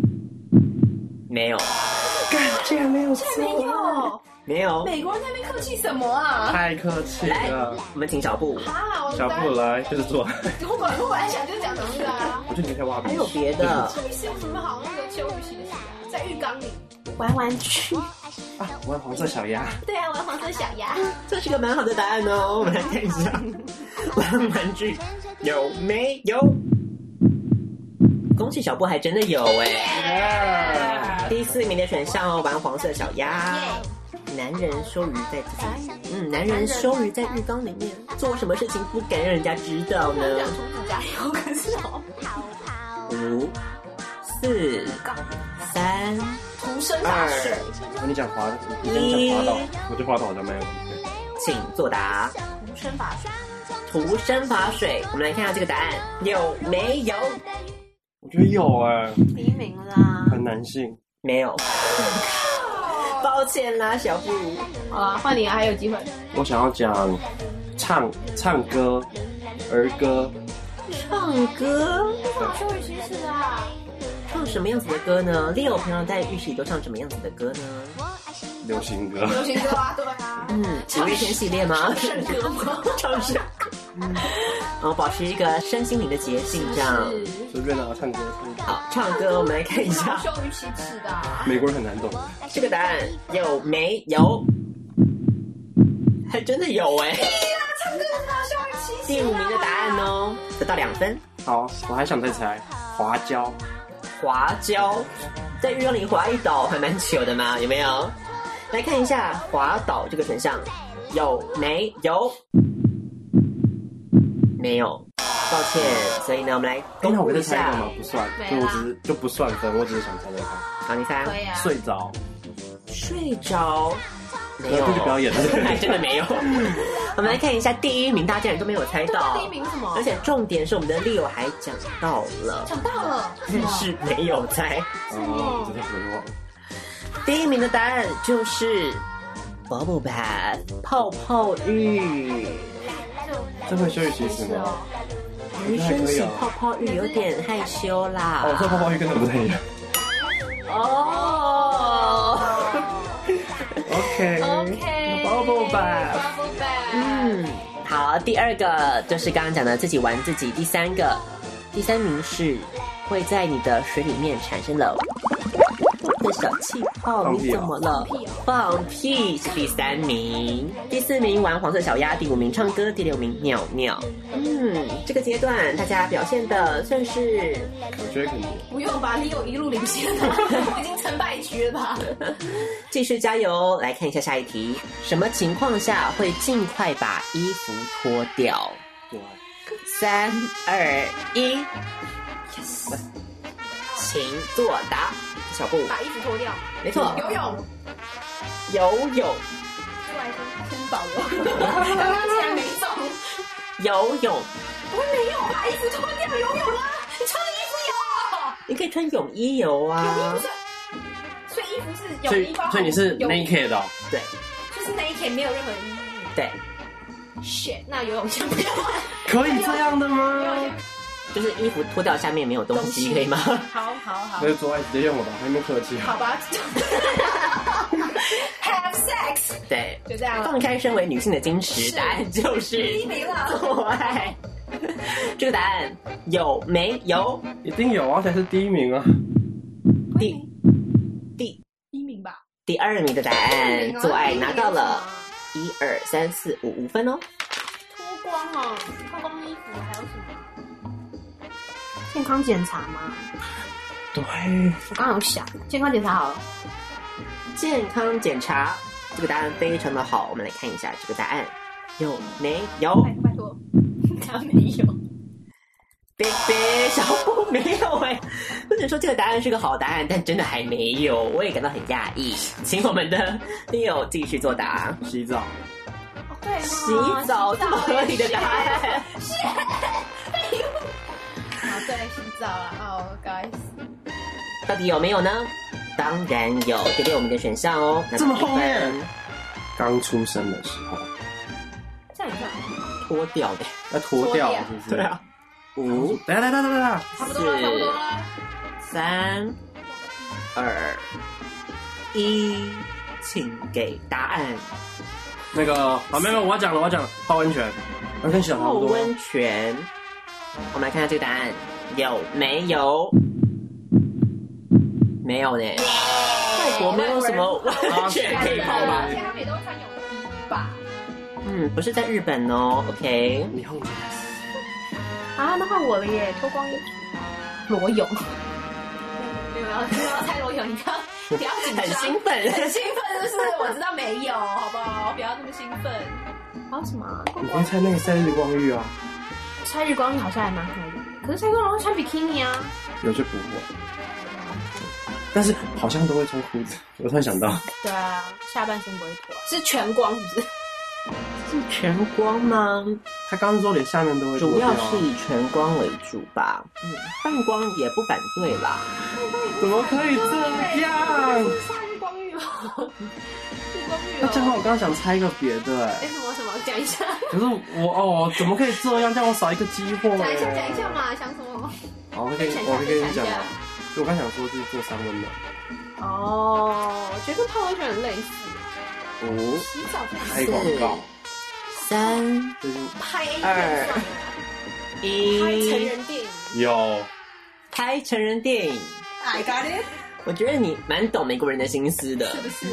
B: 没有，
E: 干，竟然没有做
D: 没有，
B: 没有。
D: 美国人在那边客气什么啊？
E: 太客气
B: 来
E: 了。，
B: 我们请小布。
D: 啊，我
E: 小布来就是做爱，
D: 我本我本来想就是讲这个啊。
E: 我就你在挖鼻
B: 还
E: 屎。
B: 有别的？
D: 休息有什么好那个休息的事啊？在浴缸里。
B: 玩玩具，
E: 啊，我要黄色小鸭，
D: 对啊，玩黄色小鸭。
B: 这是个蛮好的答案哦。我们来看一下 玩玩具有没有？恭喜小布，还真的有哎、
E: 啊
B: 第四名的选项哦，玩黄色小鸭。男人羞于在自己，嗯，男人羞于在浴缸里面做什么事情不敢让人家知道呢？
D: 想厨子加油，可是哦，
B: 五、四、三、
D: 徒生大水。
B: 二，
E: 我跟你讲滑，你这样讲滑倒，我就滑倒好像没有问题。
B: 请作答。
D: 徒生法水，
B: 涂身法水，我们来看一下这个答案有没有？
E: 我觉得有哎，
D: 第一名
B: 啊
D: 啦。
E: 很男性。
B: 没有， 抱歉啦，小布。
D: 好啦，换你啊，还有机会。
E: 我想要讲唱唱歌，儿歌，
B: 唱歌，
D: 休息其实啊，
B: 唱什么样子的歌呢？Leo 平常在浴室里都唱什么样子的歌呢？
E: 流行歌。
D: 流行歌啊，对啊。
B: 嗯，五月天系列吗？
D: 圣歌吗？
B: 唱圣歌，然后保持一个身心灵的洁净，这样。
D: 是。
E: 随便拿啊唱歌唱歌。
B: 好，唱歌，我们来看一下
D: 羞于启齿的啊。
E: 美国人很难懂，
B: 这个答案有没有？还真的有哎、第五名的答案哦，得到两分。
E: 好，我还想再猜滑胶，
B: 滑跤，在浴缸里滑一倒还蛮糗的嘛，有没有？来看一下滑倒这个选项，有没有？没有，抱歉。所以呢，我们来
E: 哎，
B: 公
E: 那我
B: 布
E: 再
B: 一
E: 猜一
B: 下
E: 个。吗？不算，
D: 没啦
E: 就我只是就不算分，我只是想猜猜看。
B: 好，你猜。
D: 可以啊。
E: 睡着，
B: 睡着。没有
E: 这就不要演了
B: 还 真的没有。我们来看一下第一名，大家竟然都没有猜
D: 对啊
B: 到
D: 第一，名是什么？
B: 而且重点是我们的 Leo 还讲到了，
D: 想到了，什
B: 但
D: 么
B: 是没有猜。
E: 哦，我真的很忘了。
B: 第一名的答案就是 bubble bath 泡泡浴。
E: 这会羞于启齿
D: 是
E: 吗？
D: 哦，
B: 女生洗泡泡浴啊有点害羞啦。
E: 哦，这泡泡浴跟那不太一样。
B: 哦，
E: OK
D: OK
E: Bubble bath
D: Bubble bath
B: 嗯，好，第二个就是刚刚讲的自己玩自己。第三个，第三名是会在你的水里面产生了。的小气泡，
E: 放
B: 你
E: 屁哦
B: 怎么了？放屁是第三名，第四名玩黄色小鸭，第五名唱歌，第六名尿尿。嗯，这个阶段大家表现的算是
E: 我觉得肯定。
D: 不用吧，你有一路领先了， 我已经成败局了 吧？
B: 继续加油！来看一下下一题，什么情况下会尽快把衣服脱掉？
E: 对，
B: 三二一请作答。小布，
D: 把衣服脱掉，
B: 没错，
D: 游泳，
B: 游泳，
D: 出来先保 留，刚刚竟然没中，
B: 游泳，
D: 不会没有啊把衣服脱掉游泳啦？你穿衣服游啊，
B: 你可以穿泳衣游啊
D: 泳衣不。是，所以衣服是
E: 所
D: 泳
E: 以
D: 衣包含
E: 所以你是
D: 泳
E: naked 的哦，
B: 对
D: 就是 naked 没有任何意义。
B: 对，
D: shit，那游泳先不要，
E: 可以这样的
D: 游泳
E: 吗
D: 先？
B: 就是衣服脱掉，下面没有东
D: 东
B: 西，
D: 西
B: 可以吗？
D: 好好好
E: 那。就做爱直接用我吧，还没客气。啊
D: 好吧 ，Have sex，
B: 对，
D: 就这样了
B: 放开身为女性的矜持，
D: 是
B: 答案就是
D: 第一名了，
B: 做爱。 这个答案有没有？
E: 一定有啊，而且是第一名啊。
B: 第第
D: 第一名吧，
B: 第二名的答
D: 哎
B: 案，
D: 啊
B: 做爱拿到了
D: 然
B: 一
D: 后
B: 二三四五五分哦。
D: 脱光哦，脱光衣服还有什么？健康检查吗？
E: 对，
D: 我刚刚有想，健康检查好了，
B: 健康检查，这个答案非常的好，我们来看一下这个答案有没有
D: 拜。拜托， 他没有，
B: 贝贝小布没有哎、不能说这个答案是个好答案，但真的还没有，我也感到很讶异。请我们的 Leo 继续作答。
E: 洗澡，
D: 哦对哦，
B: 洗澡这么合理的答 案，
D: 啊，对，洗澡了哦，该死，
B: 到底有没有呢？当然有，第六名的选项哦。那
E: 这么后
B: 一分
E: 面刚出生的时候
D: 这样也算
B: 脱掉的，
E: 要脱掉
D: 脱掉，
E: 是不是？哦
B: 对啊，五、
E: 等一下，等一下，等一下，
D: 差不多了，差不多了，
B: 三、二、一，请给答案。
E: 那个好，妹妹，我要讲了，我要讲了，泡温泉，那跟小差
B: 泡
E: 不多。
B: 温泉，我们来看看这个答案有没有？没有呢，泰国没有什么温泉可以泡吧
D: 而？且他们也都会穿泳衣吧？
B: 嗯，不是在日本哦。OK，
E: 你后
D: 啊，那换我了耶，脱光衣服，裸泳。没有要没有要猜裸泳，你不要不要紧张，
B: 很兴奋。
D: 很兴奋，就是我知道没有，好不好？不要那么兴奋。还有什么啊？
E: 你可以猜那个三日光浴啊，
D: 穿日光浴好像还蛮合理，可是穿日光浴穿比基尼啊，
E: 有些不会，但是好像都会穿裤子。我突然想到，
D: 对啊，下半身不会脱，是全光是不是？
B: 是全光吗？
E: 他刚刚说连下面都会脱
B: 主
E: 掉
B: 要
E: 啊
B: 是以全光为主吧。嗯，半光也不反对啦。
E: 怎么可以这样？
D: 上日光浴哦， 日光浴
E: 那正
D: 哦。
E: 好哎我刚刚想猜一个别的、
D: 哎，
E: 哎，
D: 什么什么？讲一 下，
E: 可是我哦，怎么可以这样？让我少一个机会、
D: 讲一下，讲一下嘛，想什么？
E: 好，我会跟
D: 分
E: 你
D: 享一下，
E: 我会
D: 分
E: 跟
D: 享
E: 你
D: 一
E: 讲
D: 下
E: 啊。，就我刚想说，就是做三温暖。
D: 哦，我觉得跟泡温泉很类似，
E: 五、
D: 洗澡不
E: 拍哦广告，
B: 三
E: 最近
D: 拍 A 片算了，拍成
B: 一，
D: 人电影。
E: 有
B: 拍成人电影。
D: I got it，
B: 我觉得你蛮懂美国人的心思的。
D: 是不是？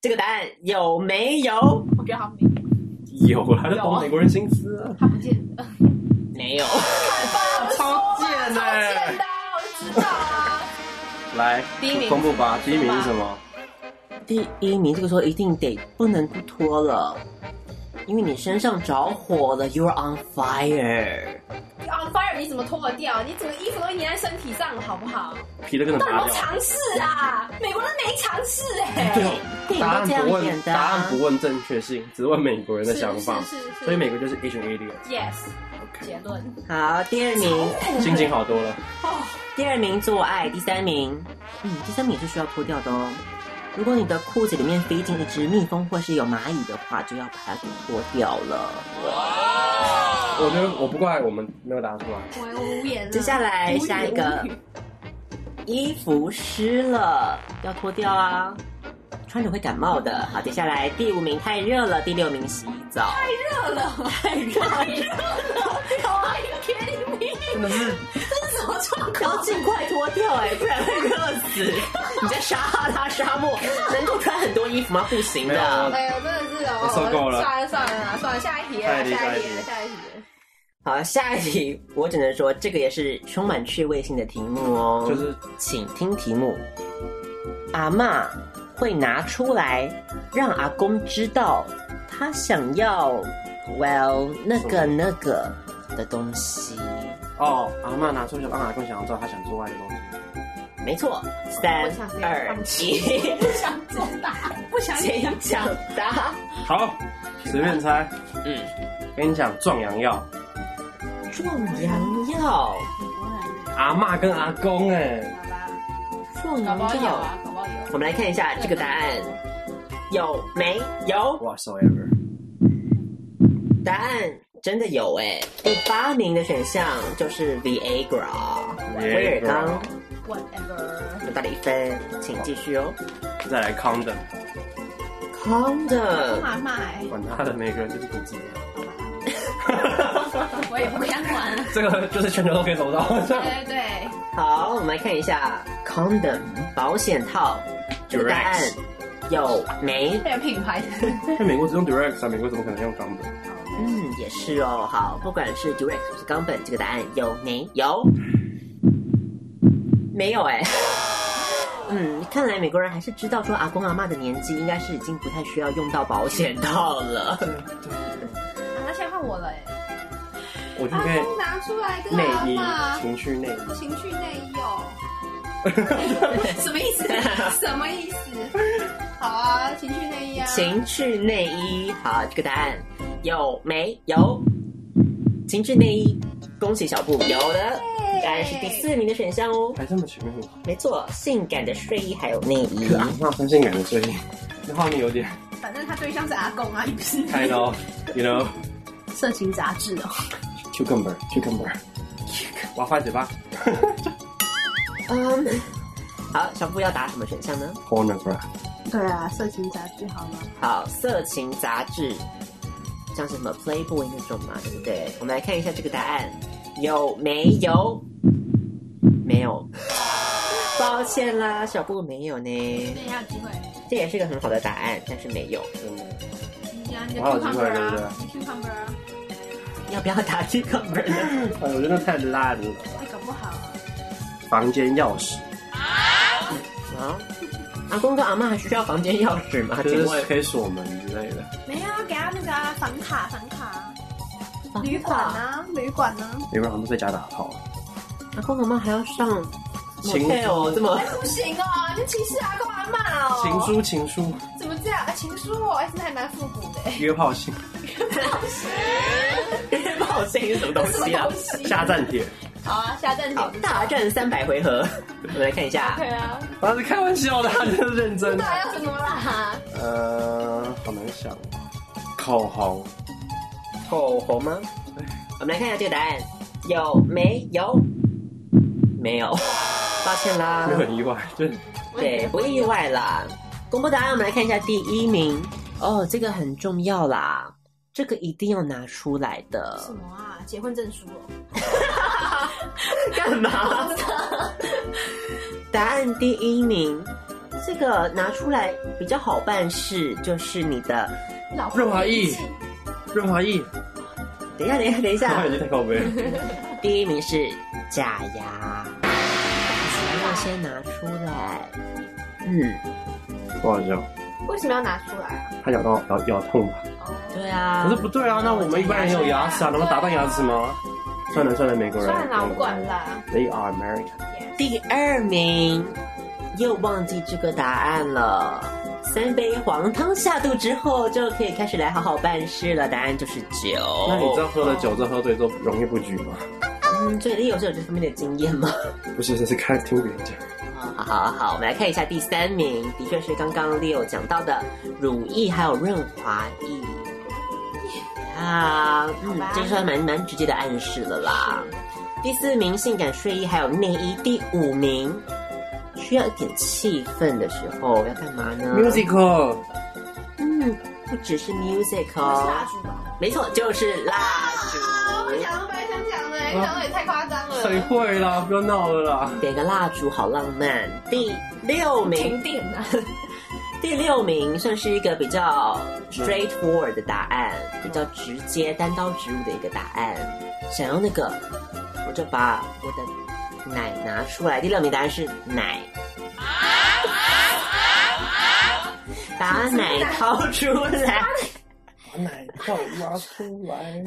B: 这个答案有没有？
D: 我觉得好像没有，
E: 有啊，他懂美国人心思啊，
D: 他不见得。
B: 没有。
E: 超贱的、
D: 见的，我就知道 啊。
E: 来，
D: 第一名
E: 公布吧，第一名是什么？
B: 第一名，这个时候一定得不能不脱了，因为你身上着火了，You're on fire。
D: On fire，你怎么脱得掉？你整个衣服都粘在身体上了，好不好？
E: 皮都跟着
D: 到底有没
E: 拔
D: 有
E: 掉。
D: 尝试啊？美国人没尝试哎、
B: 对，电
E: 答
B: 影
E: 案
B: 都这
E: 不
B: 样
E: 问
B: 演，的、
E: 答
B: 啊
E: 案。不问正确性，只问美国人的
D: 是
E: 想法。
D: 是是是
E: 所以美国就是 Asian idiot。
D: Yes，结论。
B: 好，第二名，
E: 心情好多了。
B: 第二名做爱，第三名，嗯，第三名也是需要脱掉的哦。如果你的裤子里面飞进一只蜜蜂或是有蚂蚁的话，就要把它给脱掉了。
E: 我觉得我不怪我们没有答出来。
D: 我无言了。
B: 接下来下一个
D: 嗯无语，
B: 衣服湿了要脱掉啊，穿着会感冒的。好，接下来第五名太热了，第六名洗澡。
D: 热了，太 热了，太热了！Are you kidding me？
E: 真的是
D: 这是什么状
B: 要
D: 况？
B: 尽快脱掉哎、不然会热死。你在撒哈拉沙漠，能够穿很多衣服吗？不行
E: 没有
B: 的。
D: 哎呦，真的是哦，
E: 我受够了
D: 算了算了算了，下一题啊，
E: 下一题
D: 下一题啊，
E: 下一题
D: 下一题。
B: 好，下一题我只能说这个也是充满趣味性的题目哦。
E: 就是
B: 请听题目：阿嬷会拿出来让阿公知道他想要，well 那个那个的东西。
E: 哦，阿妈拿出小让阿公想要知道他想做爱的东西。
B: 没错，三
D: 我想谁
B: 二一，
D: 不想作答，不想
B: 请
D: 讲。
B: 抢答。
E: 好，随便猜。
B: 嗯，
E: 跟你讲，壮阳药，
B: 壮阳药，
E: 阿妈跟阿公哎、
D: 好吧，
B: 壮
D: 搞
B: 阳
D: 不好有
B: 药。
D: 啊，搞不好有。
B: 我们来看一下这个答案有没有？
E: whatsoever。
B: 答案真的有哎、第八名的选项就是 Viagra 威尔刚，
D: ，whatever。
B: 得到了一分，请继续哦。
E: 再来 condom，
B: Condom，
D: 妈妈哎，
E: 管他的，每个人就是不自己。
D: 我也不想管。
E: 这个就是全球都可以找到。
D: 对对哎对，
B: 好，我们来看一下 Condom 保险套，这个答案有没？
D: 变品牌的。
E: 在美国只用 direct 啊，美国怎么可能用 Gumby？
B: 嗯，也是哦。好，不管是 direct 或是冈本，这个答案有没有？没有哎、嗯，看来美国人还是知道说阿公阿妈的年纪应该是已经不太需要用到保险套了。
D: 啊那现在换我了哎、
E: 我就
D: 阿
E: 应该
D: 公拿出来跟啊阿
E: 内衣
D: 妈，
E: 情趣内衣。
D: 情趣内衣哦。什么意思？什么意思？好啊，情趣内衣啊。
B: 情趣内衣，好，这个答案有没有？情趣内衣，恭喜小布，有的，答案是第四名的选项哦。
E: 还这么前面吗？
B: 没错，性感的睡衣还有内衣。
E: 可能那穿性感的睡衣，那画面有点
D: 反正他对象是阿公啊，你不是
E: kind of you know
D: 色情杂志哦。
E: cucumber cucumber。我要放在嘴巴
B: 嗯，好，小布要答什么选项呢？
E: ，corner bra。
D: 对啊，色情杂志好吗？
B: 好，色情杂志，像什么 Playboy 那种嘛，对不对？我们来看一下这个答案有没有？没有，抱歉啦，小布没有呢。
D: 那还有机会，
B: 这也是一个很好的答案，但是没有。
E: 真的，
D: 你啊，你的
E: 我还有机
D: cucumber
E: 会对不对
D: 啊，你 cucumber 啊，
B: 要不要打这个门呢？
E: 哎，我真的太烂了。
D: 哎，搞不好啊。
E: 房间钥匙
B: 啊，阿公跟阿妈还需要房间钥匙吗？
E: 就
B: 请
E: 是
B: 问
E: 可以锁门之类的。
D: 没有啊，给他那个啊房卡，房卡，
B: 房卡
D: 旅馆啊，旅馆啊。
E: 有没有人都在家打炮？
B: 阿公阿妈还要上
E: 情
B: 配哦，这么
D: 不行哦，你歧视阿公阿妈哦。
E: 情书情书
D: 怎么这样？啊、情书哦，哎，真的还蛮复古的。
E: 约炮信
B: 约炮声是什么东西啊？
E: 下站帖，
D: 好啊，下站
B: 好
D: 点，。
B: 大战三百回合，我们来看一下
D: 对啊，
E: 他是开玩笑的，他是认真
D: 到底要什么啦？
E: 呃，好难想哦，口红
B: 口红吗？我们来看一下这个答案有没有？没有，抱歉啦
E: 就，很意外，就是
B: 对，不意外啦。公布答案，我们来看一下第一名哦，这个很重要啦，这个一定要拿出来的。
D: 什么啊？结婚证书哦。
B: 干嘛？答案第一名，这个拿出来比较好办事，就是你的。
D: 老婆
E: 润滑液
D: 脾气
E: 润滑液，
B: 等一下，等一下，等一下，
E: 润滑 液太靠背了，
B: 第一名是假牙，要先拿出来。嗯，
E: 不好笑，
D: 为什么要拿出来啊？
E: 他咬到咬咬痛吧？
D: 哦，
B: 对啊
E: 可是不对啊，那我们一般人有牙齿啊，能够打断牙齿吗？算了算了，美国人，
D: 算了，我管。啦。
E: They are American，
B: 第二名又忘记这个答案了。三杯黄汤下肚之后，就可以开始来好好办事了。答案就是酒。
E: 那你知道喝了酒之后喝醉之后容易不举吗？
B: 嗯，所以你有是有这方面的经验吗？
E: 不是，这是看听别人讲，
B: 好好好，我们来看一下第三名，的确是刚刚 Leo 讲到的乳液还有润滑液啊，嗯，这算蛮蛮直接的暗示了啦。第四名性感睡衣还有内衣，第五名需要一点气氛的时候要干嘛呢
E: musical，
B: 嗯，不只是 music
D: 是
B: 哦
D: 蜡，烛吧？
B: 没错，就是蜡
D: 啊，我
B: 烛，
D: 想都本来想讲的，没想到也太夸张了。
E: 谁会啦？不要闹了啦！
B: 点个蜡烛好浪漫。第六名
D: 停。电啊？
B: 第六名算是一个比较 straightforward 的答案，比较直接、单刀直入的一个答案。想要那个，我就把我的奶拿出来。第六名答案是奶，把奶掏出来。
E: 奶泡拉出来，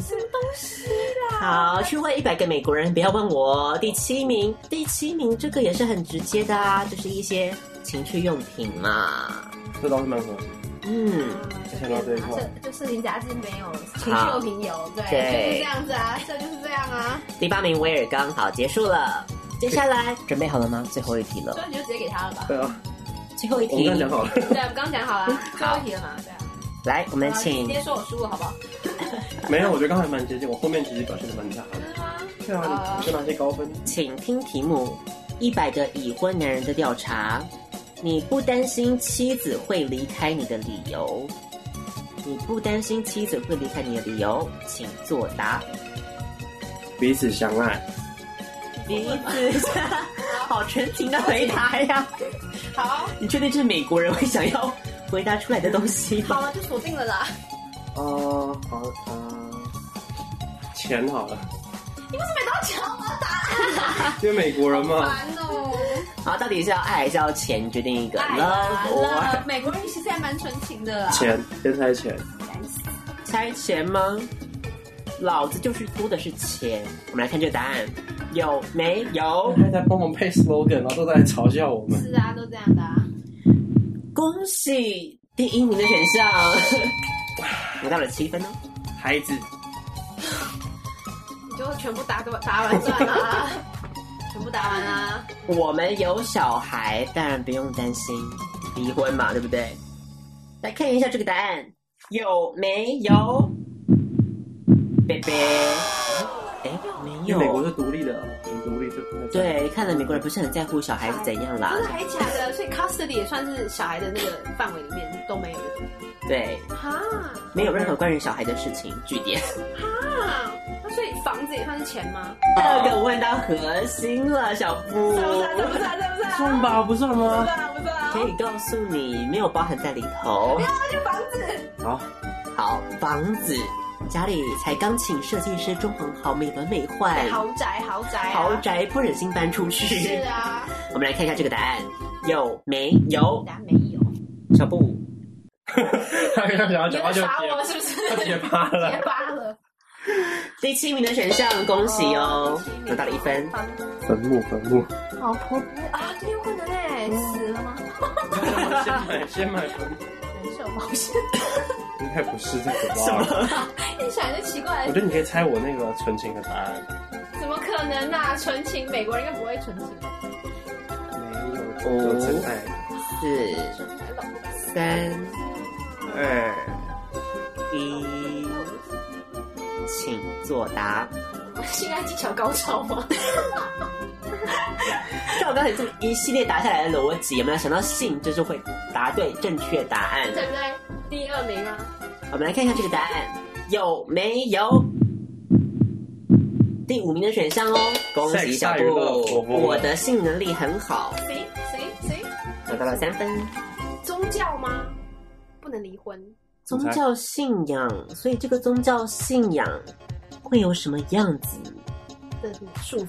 B: 好，去问一百个美国人，不要问我。第七名，第七名这个也是很直接的啊，就是一些情趣用品嘛。
E: 这倒是蛮合理。
B: 嗯，
E: 想到这一块
D: 这就是你杂志没有情趣用品有，对，
B: 对
D: 就是这样子啊，这就是这样啊，
B: 第八名威尔刚，好，结束了。接下来准备好了吗？最后一题了
D: 所，以你就直接给他了吧。
E: 对啊，
B: 最后一
E: 我们
B: 题
E: 刚刚，讲
D: 对，啊我们刚刚讲嗯
E: 好了，
D: 好了，最后一题了嘛，对啊。
B: 来，我们
D: 好
B: 请
D: 直接说我输了，好不好？
E: 没有，我觉得刚才蛮接近，我后面其实表现的蛮差的。
D: 真的吗？
E: 对啊，你就拿些高分。
B: 请听题目：一百个已婚男人的调查，你不担心妻子会离开你的理由？你不担心妻子会离开你的理由，请作答。
E: 彼此相爱，
B: 彼此， 好纯情的回答呀！
D: 好，
B: 你确定这是美国人会想要回答出来的东西。
D: 好了，就锁定了啦。
E: 哦，好，嗯，钱好了，
D: 你为什么每都要啊抢我的答
E: 因为美国人嘛，
D: 案哦？
B: 好，到底是要爱还是要钱？你决定一个
D: 哎
B: love
D: 完
B: or
D: 了，美国人其实还蛮纯情的啦。
E: 钱，先猜钱，
B: 猜钱吗？老子就是出的是钱。我们来看这个答案，有没有？
E: 哦还在帮我们配 slogan，然后都在嘲笑我们。
D: 是啊，都这样的啊。
B: 恭喜第一名的选项，拿到了七分哦。
E: 孩子，
D: 你就全部答都答完算啦， 全部答完啊啦。
B: 我们有小孩，当然不用担心离婚嘛，对不对？来看一下这个答案有没有？贝贝，哎，没
E: 因为美国
B: 有。
E: 是独立的，挺独立，就不太。
B: 对，看来美国人不是很在乎小孩子怎样啦
D: 不。是还假的，所以 custody 也算是小孩的那个范围里面都没有的。
B: 对，
D: 哈，
B: 没有任何关于小孩的事情。据点。
D: 啊，那所以房子也算是钱吗？
B: 第二个问到核心了，小布。
D: 算不算？算不算？算不算？
E: 算吧，不算
D: 不
E: 吗？
D: 算不算啊
B: 可以告诉你，没有包含在里头。
D: 那就房子，
E: 好，
B: 好，房子，家里才刚请设计师装潢好，美轮美奂。
D: 豪宅，豪宅啊，
B: 豪宅不忍心搬出去
D: 是。啊，
B: 我们来看一下这个答案有没有？
D: 答没有。
B: 小布，
E: 他刚刚 想 要
D: 你
E: 讲话
D: 要
E: 就
D: 耍我
E: 结，
D: 是不是？
E: 他结巴
D: 结
E: 了。
D: 巴了，
B: 第七名的选项，恭喜哦，拿到了一分。
D: 房
E: 坟墓，坟墓。
D: 老婆子啊，这有可能哎，死了吗？
E: 先买，先买坟墓。
D: 人寿保险，
E: 应该不是这个吧？
D: 一想就奇怪
E: 我。觉得你可以猜我那个纯情的答案。
D: 怎么可能啊？纯情，美国人应该不会纯情。
E: 没有，有真爱。
B: 四、三、二、
E: 哎
B: 一，请作答。
D: 性爱技巧高超吗？
B: 像我刚才这一系列答下来的逻辑，有没有想到信就是会答对正确答案？
D: 对不对？第二名啊，
B: 我们来看一下这个答案有没有第五名的选项哦。恭喜小
E: Sex 大于乐
B: 布
E: 我，不
B: 我的性能力很好，
D: 谁谁谁？
B: 得到了三分。
D: 宗教吗？不能离婚。
B: 宗教信仰，所以这个宗教信仰会有什么样子？
D: 的束缚，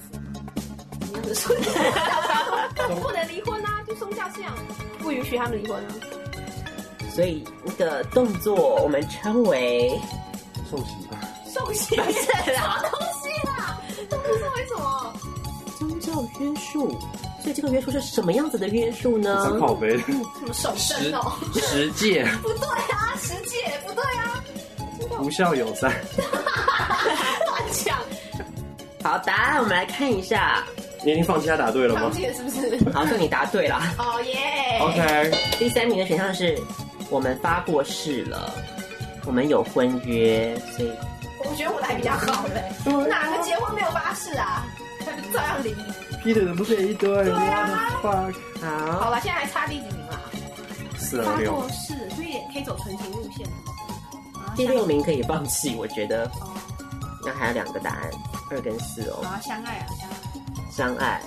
D: 怎么样的束 缚？不能离婚啊，就宗教信仰不允许他们离婚啊。
B: 所以那个动作我们称为
E: 受洗吧。
D: 受洗什么东西啦？这不是为什么？
B: 宗教约束。所以这个约束是什么样子的约束呢？
E: 是靠背。
D: 什么守
E: 实
D: 身哦？
E: 实践，
D: 不对啊，十戒不对啊，
E: 无效友善。
D: 乱讲，
B: 好，答案我们来看一下。
E: 你已经放弃他答对了
D: 放
E: 吗
D: 戒是不是？
B: 好，算你答对了。
D: 哦耶！
E: ？OK，
B: 第三名的选项是我们发过誓了，我们有婚约，所以
D: 我觉得我的还比较好嘞，哪个结婚没有发誓啊？嗯照样离。
E: 劈腿的不是也一堆？我
D: 对啊
E: 的 fuck，
B: 好
D: 好了，现在还差第几名啊啦？
E: 四
D: 发
E: 二六
D: 过，誓，所以也可以走纯情路线。啊
B: 第六名可以放弃，我觉得。那还有两个答案，二跟四哦，
D: 啊，相爱啊，相
B: 相
D: 爱。
B: 爱，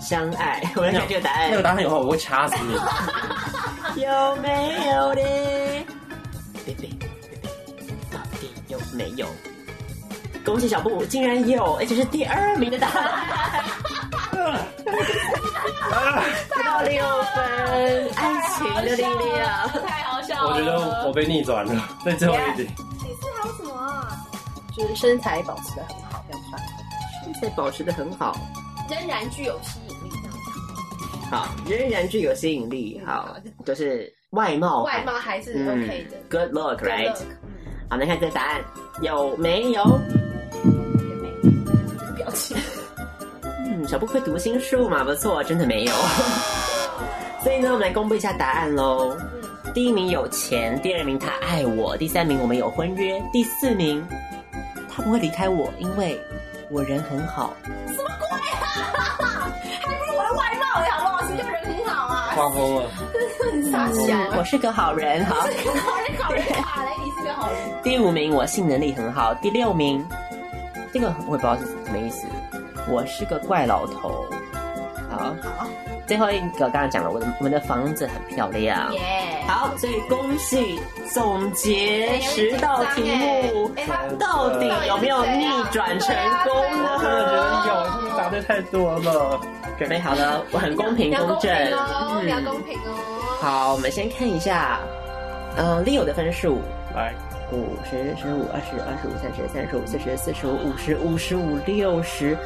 B: 相爱。我来看这个答
E: 那个
B: 案
E: 答案有话，我会掐死你。
B: 有没有呢？贝贝，到底有没有？恭喜小布，竟然有，而且是第二名的答案，得到六分，爱情的力量。
D: 太好笑
E: 我觉得我被逆转了，在最后一题。
D: 其次还有什么啊？就是身材保持的很好，这样算，
B: 在保持的很好，
D: 仍然具有吸引力。这样算
B: 好，仍然具有吸引力，好，就是外貌，嗯
D: 外貌还是 OK
E: 嗯
D: 的。
B: g o o d look，right？
D: Good look，
B: 好，来看这答案有没有？
D: 嗯也没这个表情，
B: 嗯，小布会读心术嘛，不错，真的没有。 所以呢，我们来公布一下答案喽。第一名有钱，第二名他爱我，第三名我们有婚约，第四名他不会离开我，因为我人很好。
D: 还不如我的外貌嘞，好不好？谁叫人很好啊？
E: 画风了，
D: 很傻啊笑。
B: 我是个好人，好。
E: 嗯
D: 好人好人卡雷，你是个好人。
B: 第五名我性能力很好，第六名这个我也不知道是什么意思，我是个怪老头。好，哦。
D: 好，
B: 最后一个刚刚讲了，我的我们的房子很漂
E: 嗯
B: 亮。
D: 耶！
B: 好，所以恭喜总结
D: 哎
B: 十道题目，
D: 哎他
B: 到底有没有逆转成功
D: 哎
E: 真的觉
B: 呢？
E: 得有，答对太多了。
B: 准备好了，我很公平
D: 你要
B: 公
D: 公平
B: 正。
D: 哦，你要
B: 嗯，
D: 公平哦。
B: 好，我们先看一下，呃，Leo 的分数
E: 来，
B: 五十、十五、二十、二十五、三十、三十五、四十、四十五、五十、五十五、六十、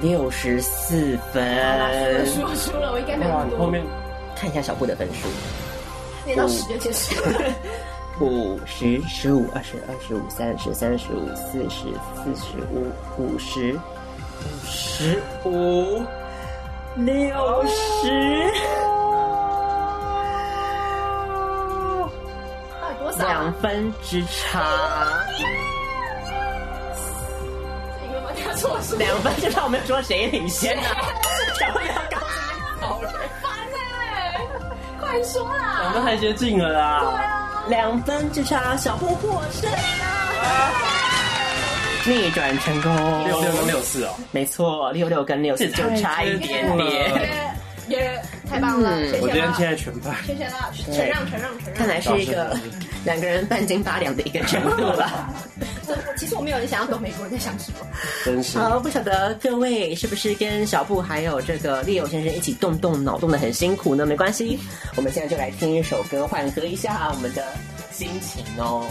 B: 六十四
D: 我
B: 分。
D: 输了，输了，我应该没有
E: 嗯哇，
D: 很
E: 你
D: 多。
E: 后面
B: 看一下小布的分数，
D: 念到十就结束了。
B: 五十、十五、二十、二十五、三十、三十五、四十、四十五、五十、十五、六十，
D: 到底多少？
B: 两分之差，
D: 你有没有看错数？
B: 两分之差，我们说谁领先呢、小布要搞，
D: 烦哎！快说
E: 我
D: 啦！
E: 们太接近了啦。
B: 两分之差，小布获胜逆转成
D: 啊
B: 功，
E: 六六跟六四哦，
B: 没错，六六跟六四就差一点点。
D: 耶耶，太棒了！
B: 嗯
D: 谢
E: 我今
D: 谢
E: 天
D: 啦，
E: 现在全败。
D: 谢谢啦，承让承让承让。
B: 看来是一个两个人半斤八两的一个程度了。
D: 这我其实我没有很想要懂美国人在想什么。
E: 真是
B: 好，不晓得各位是不是跟小布还有这个利友先生一起动动脑，动得很辛苦呢？没关系，我们现在就来听一首歌，缓和一下我们的心情哦。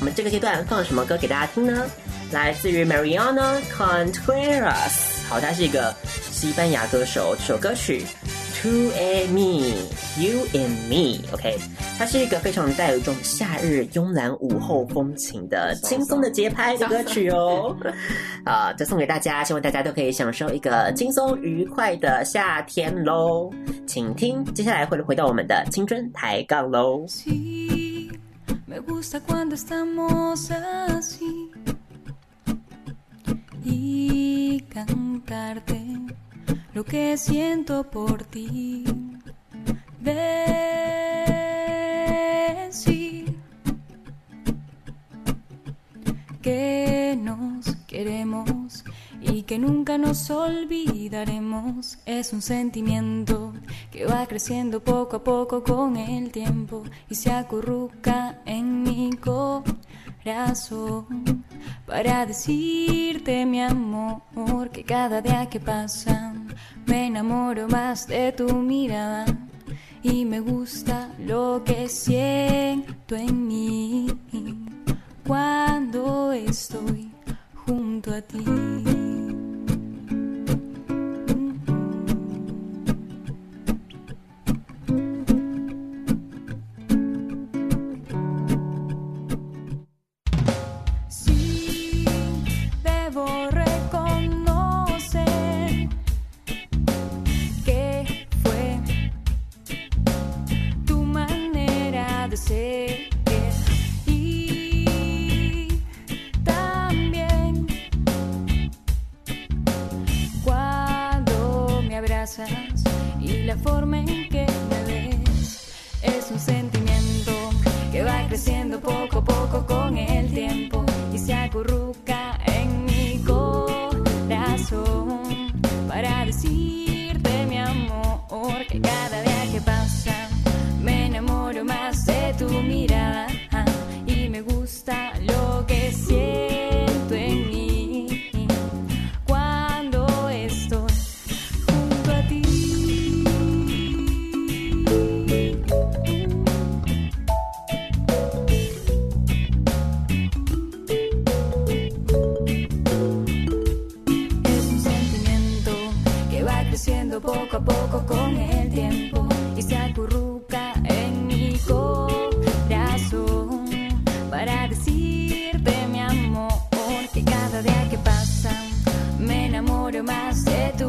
B: 我们这个阶段放什么歌给大家听呢？来自于 Mariana Contreras，好，她是一个西班牙歌手，这首歌曲《Two and Me》，You and Me，OK，、它是一个非常带有一种夏日慵懒午后风情的轻松的节拍的歌曲哦。啊，就送给大家，希望大家都可以享受一个轻松愉快的夏天喽。请听，接下来会回到我们的青春抬杠喽。
F: Sí, me gusta cuando estamos así y cantarte lo que siento por ti. Decir que nos queremos y que nunca nos olvidaremos. Es un sentimiento que va creciendo poco a poco con el tiempo y se acurruca en mi corazón para decirte mi amor que cada día que pasa me enamoro más de tu mirada y me gusta lo que siento en mí cuando estoy junto a ti. Sí, debo reconocer que fue tu manera de ser y también cuando me abrazas y la forma en que me ves es un sentimiento que va creciendo poco a poco con el tiempo y se acurruca en mi corazón para decirte mi amor que cada día que pasa me enamoro más de tu mirada y me gusta lo que siento en mí cuando estoy junto a ti. Es un sentimiento que va creciendo poco a poco con el tiempo y se acurruca en mi corazón para decirte mi amor que cada día que pasa me enamoro más de tu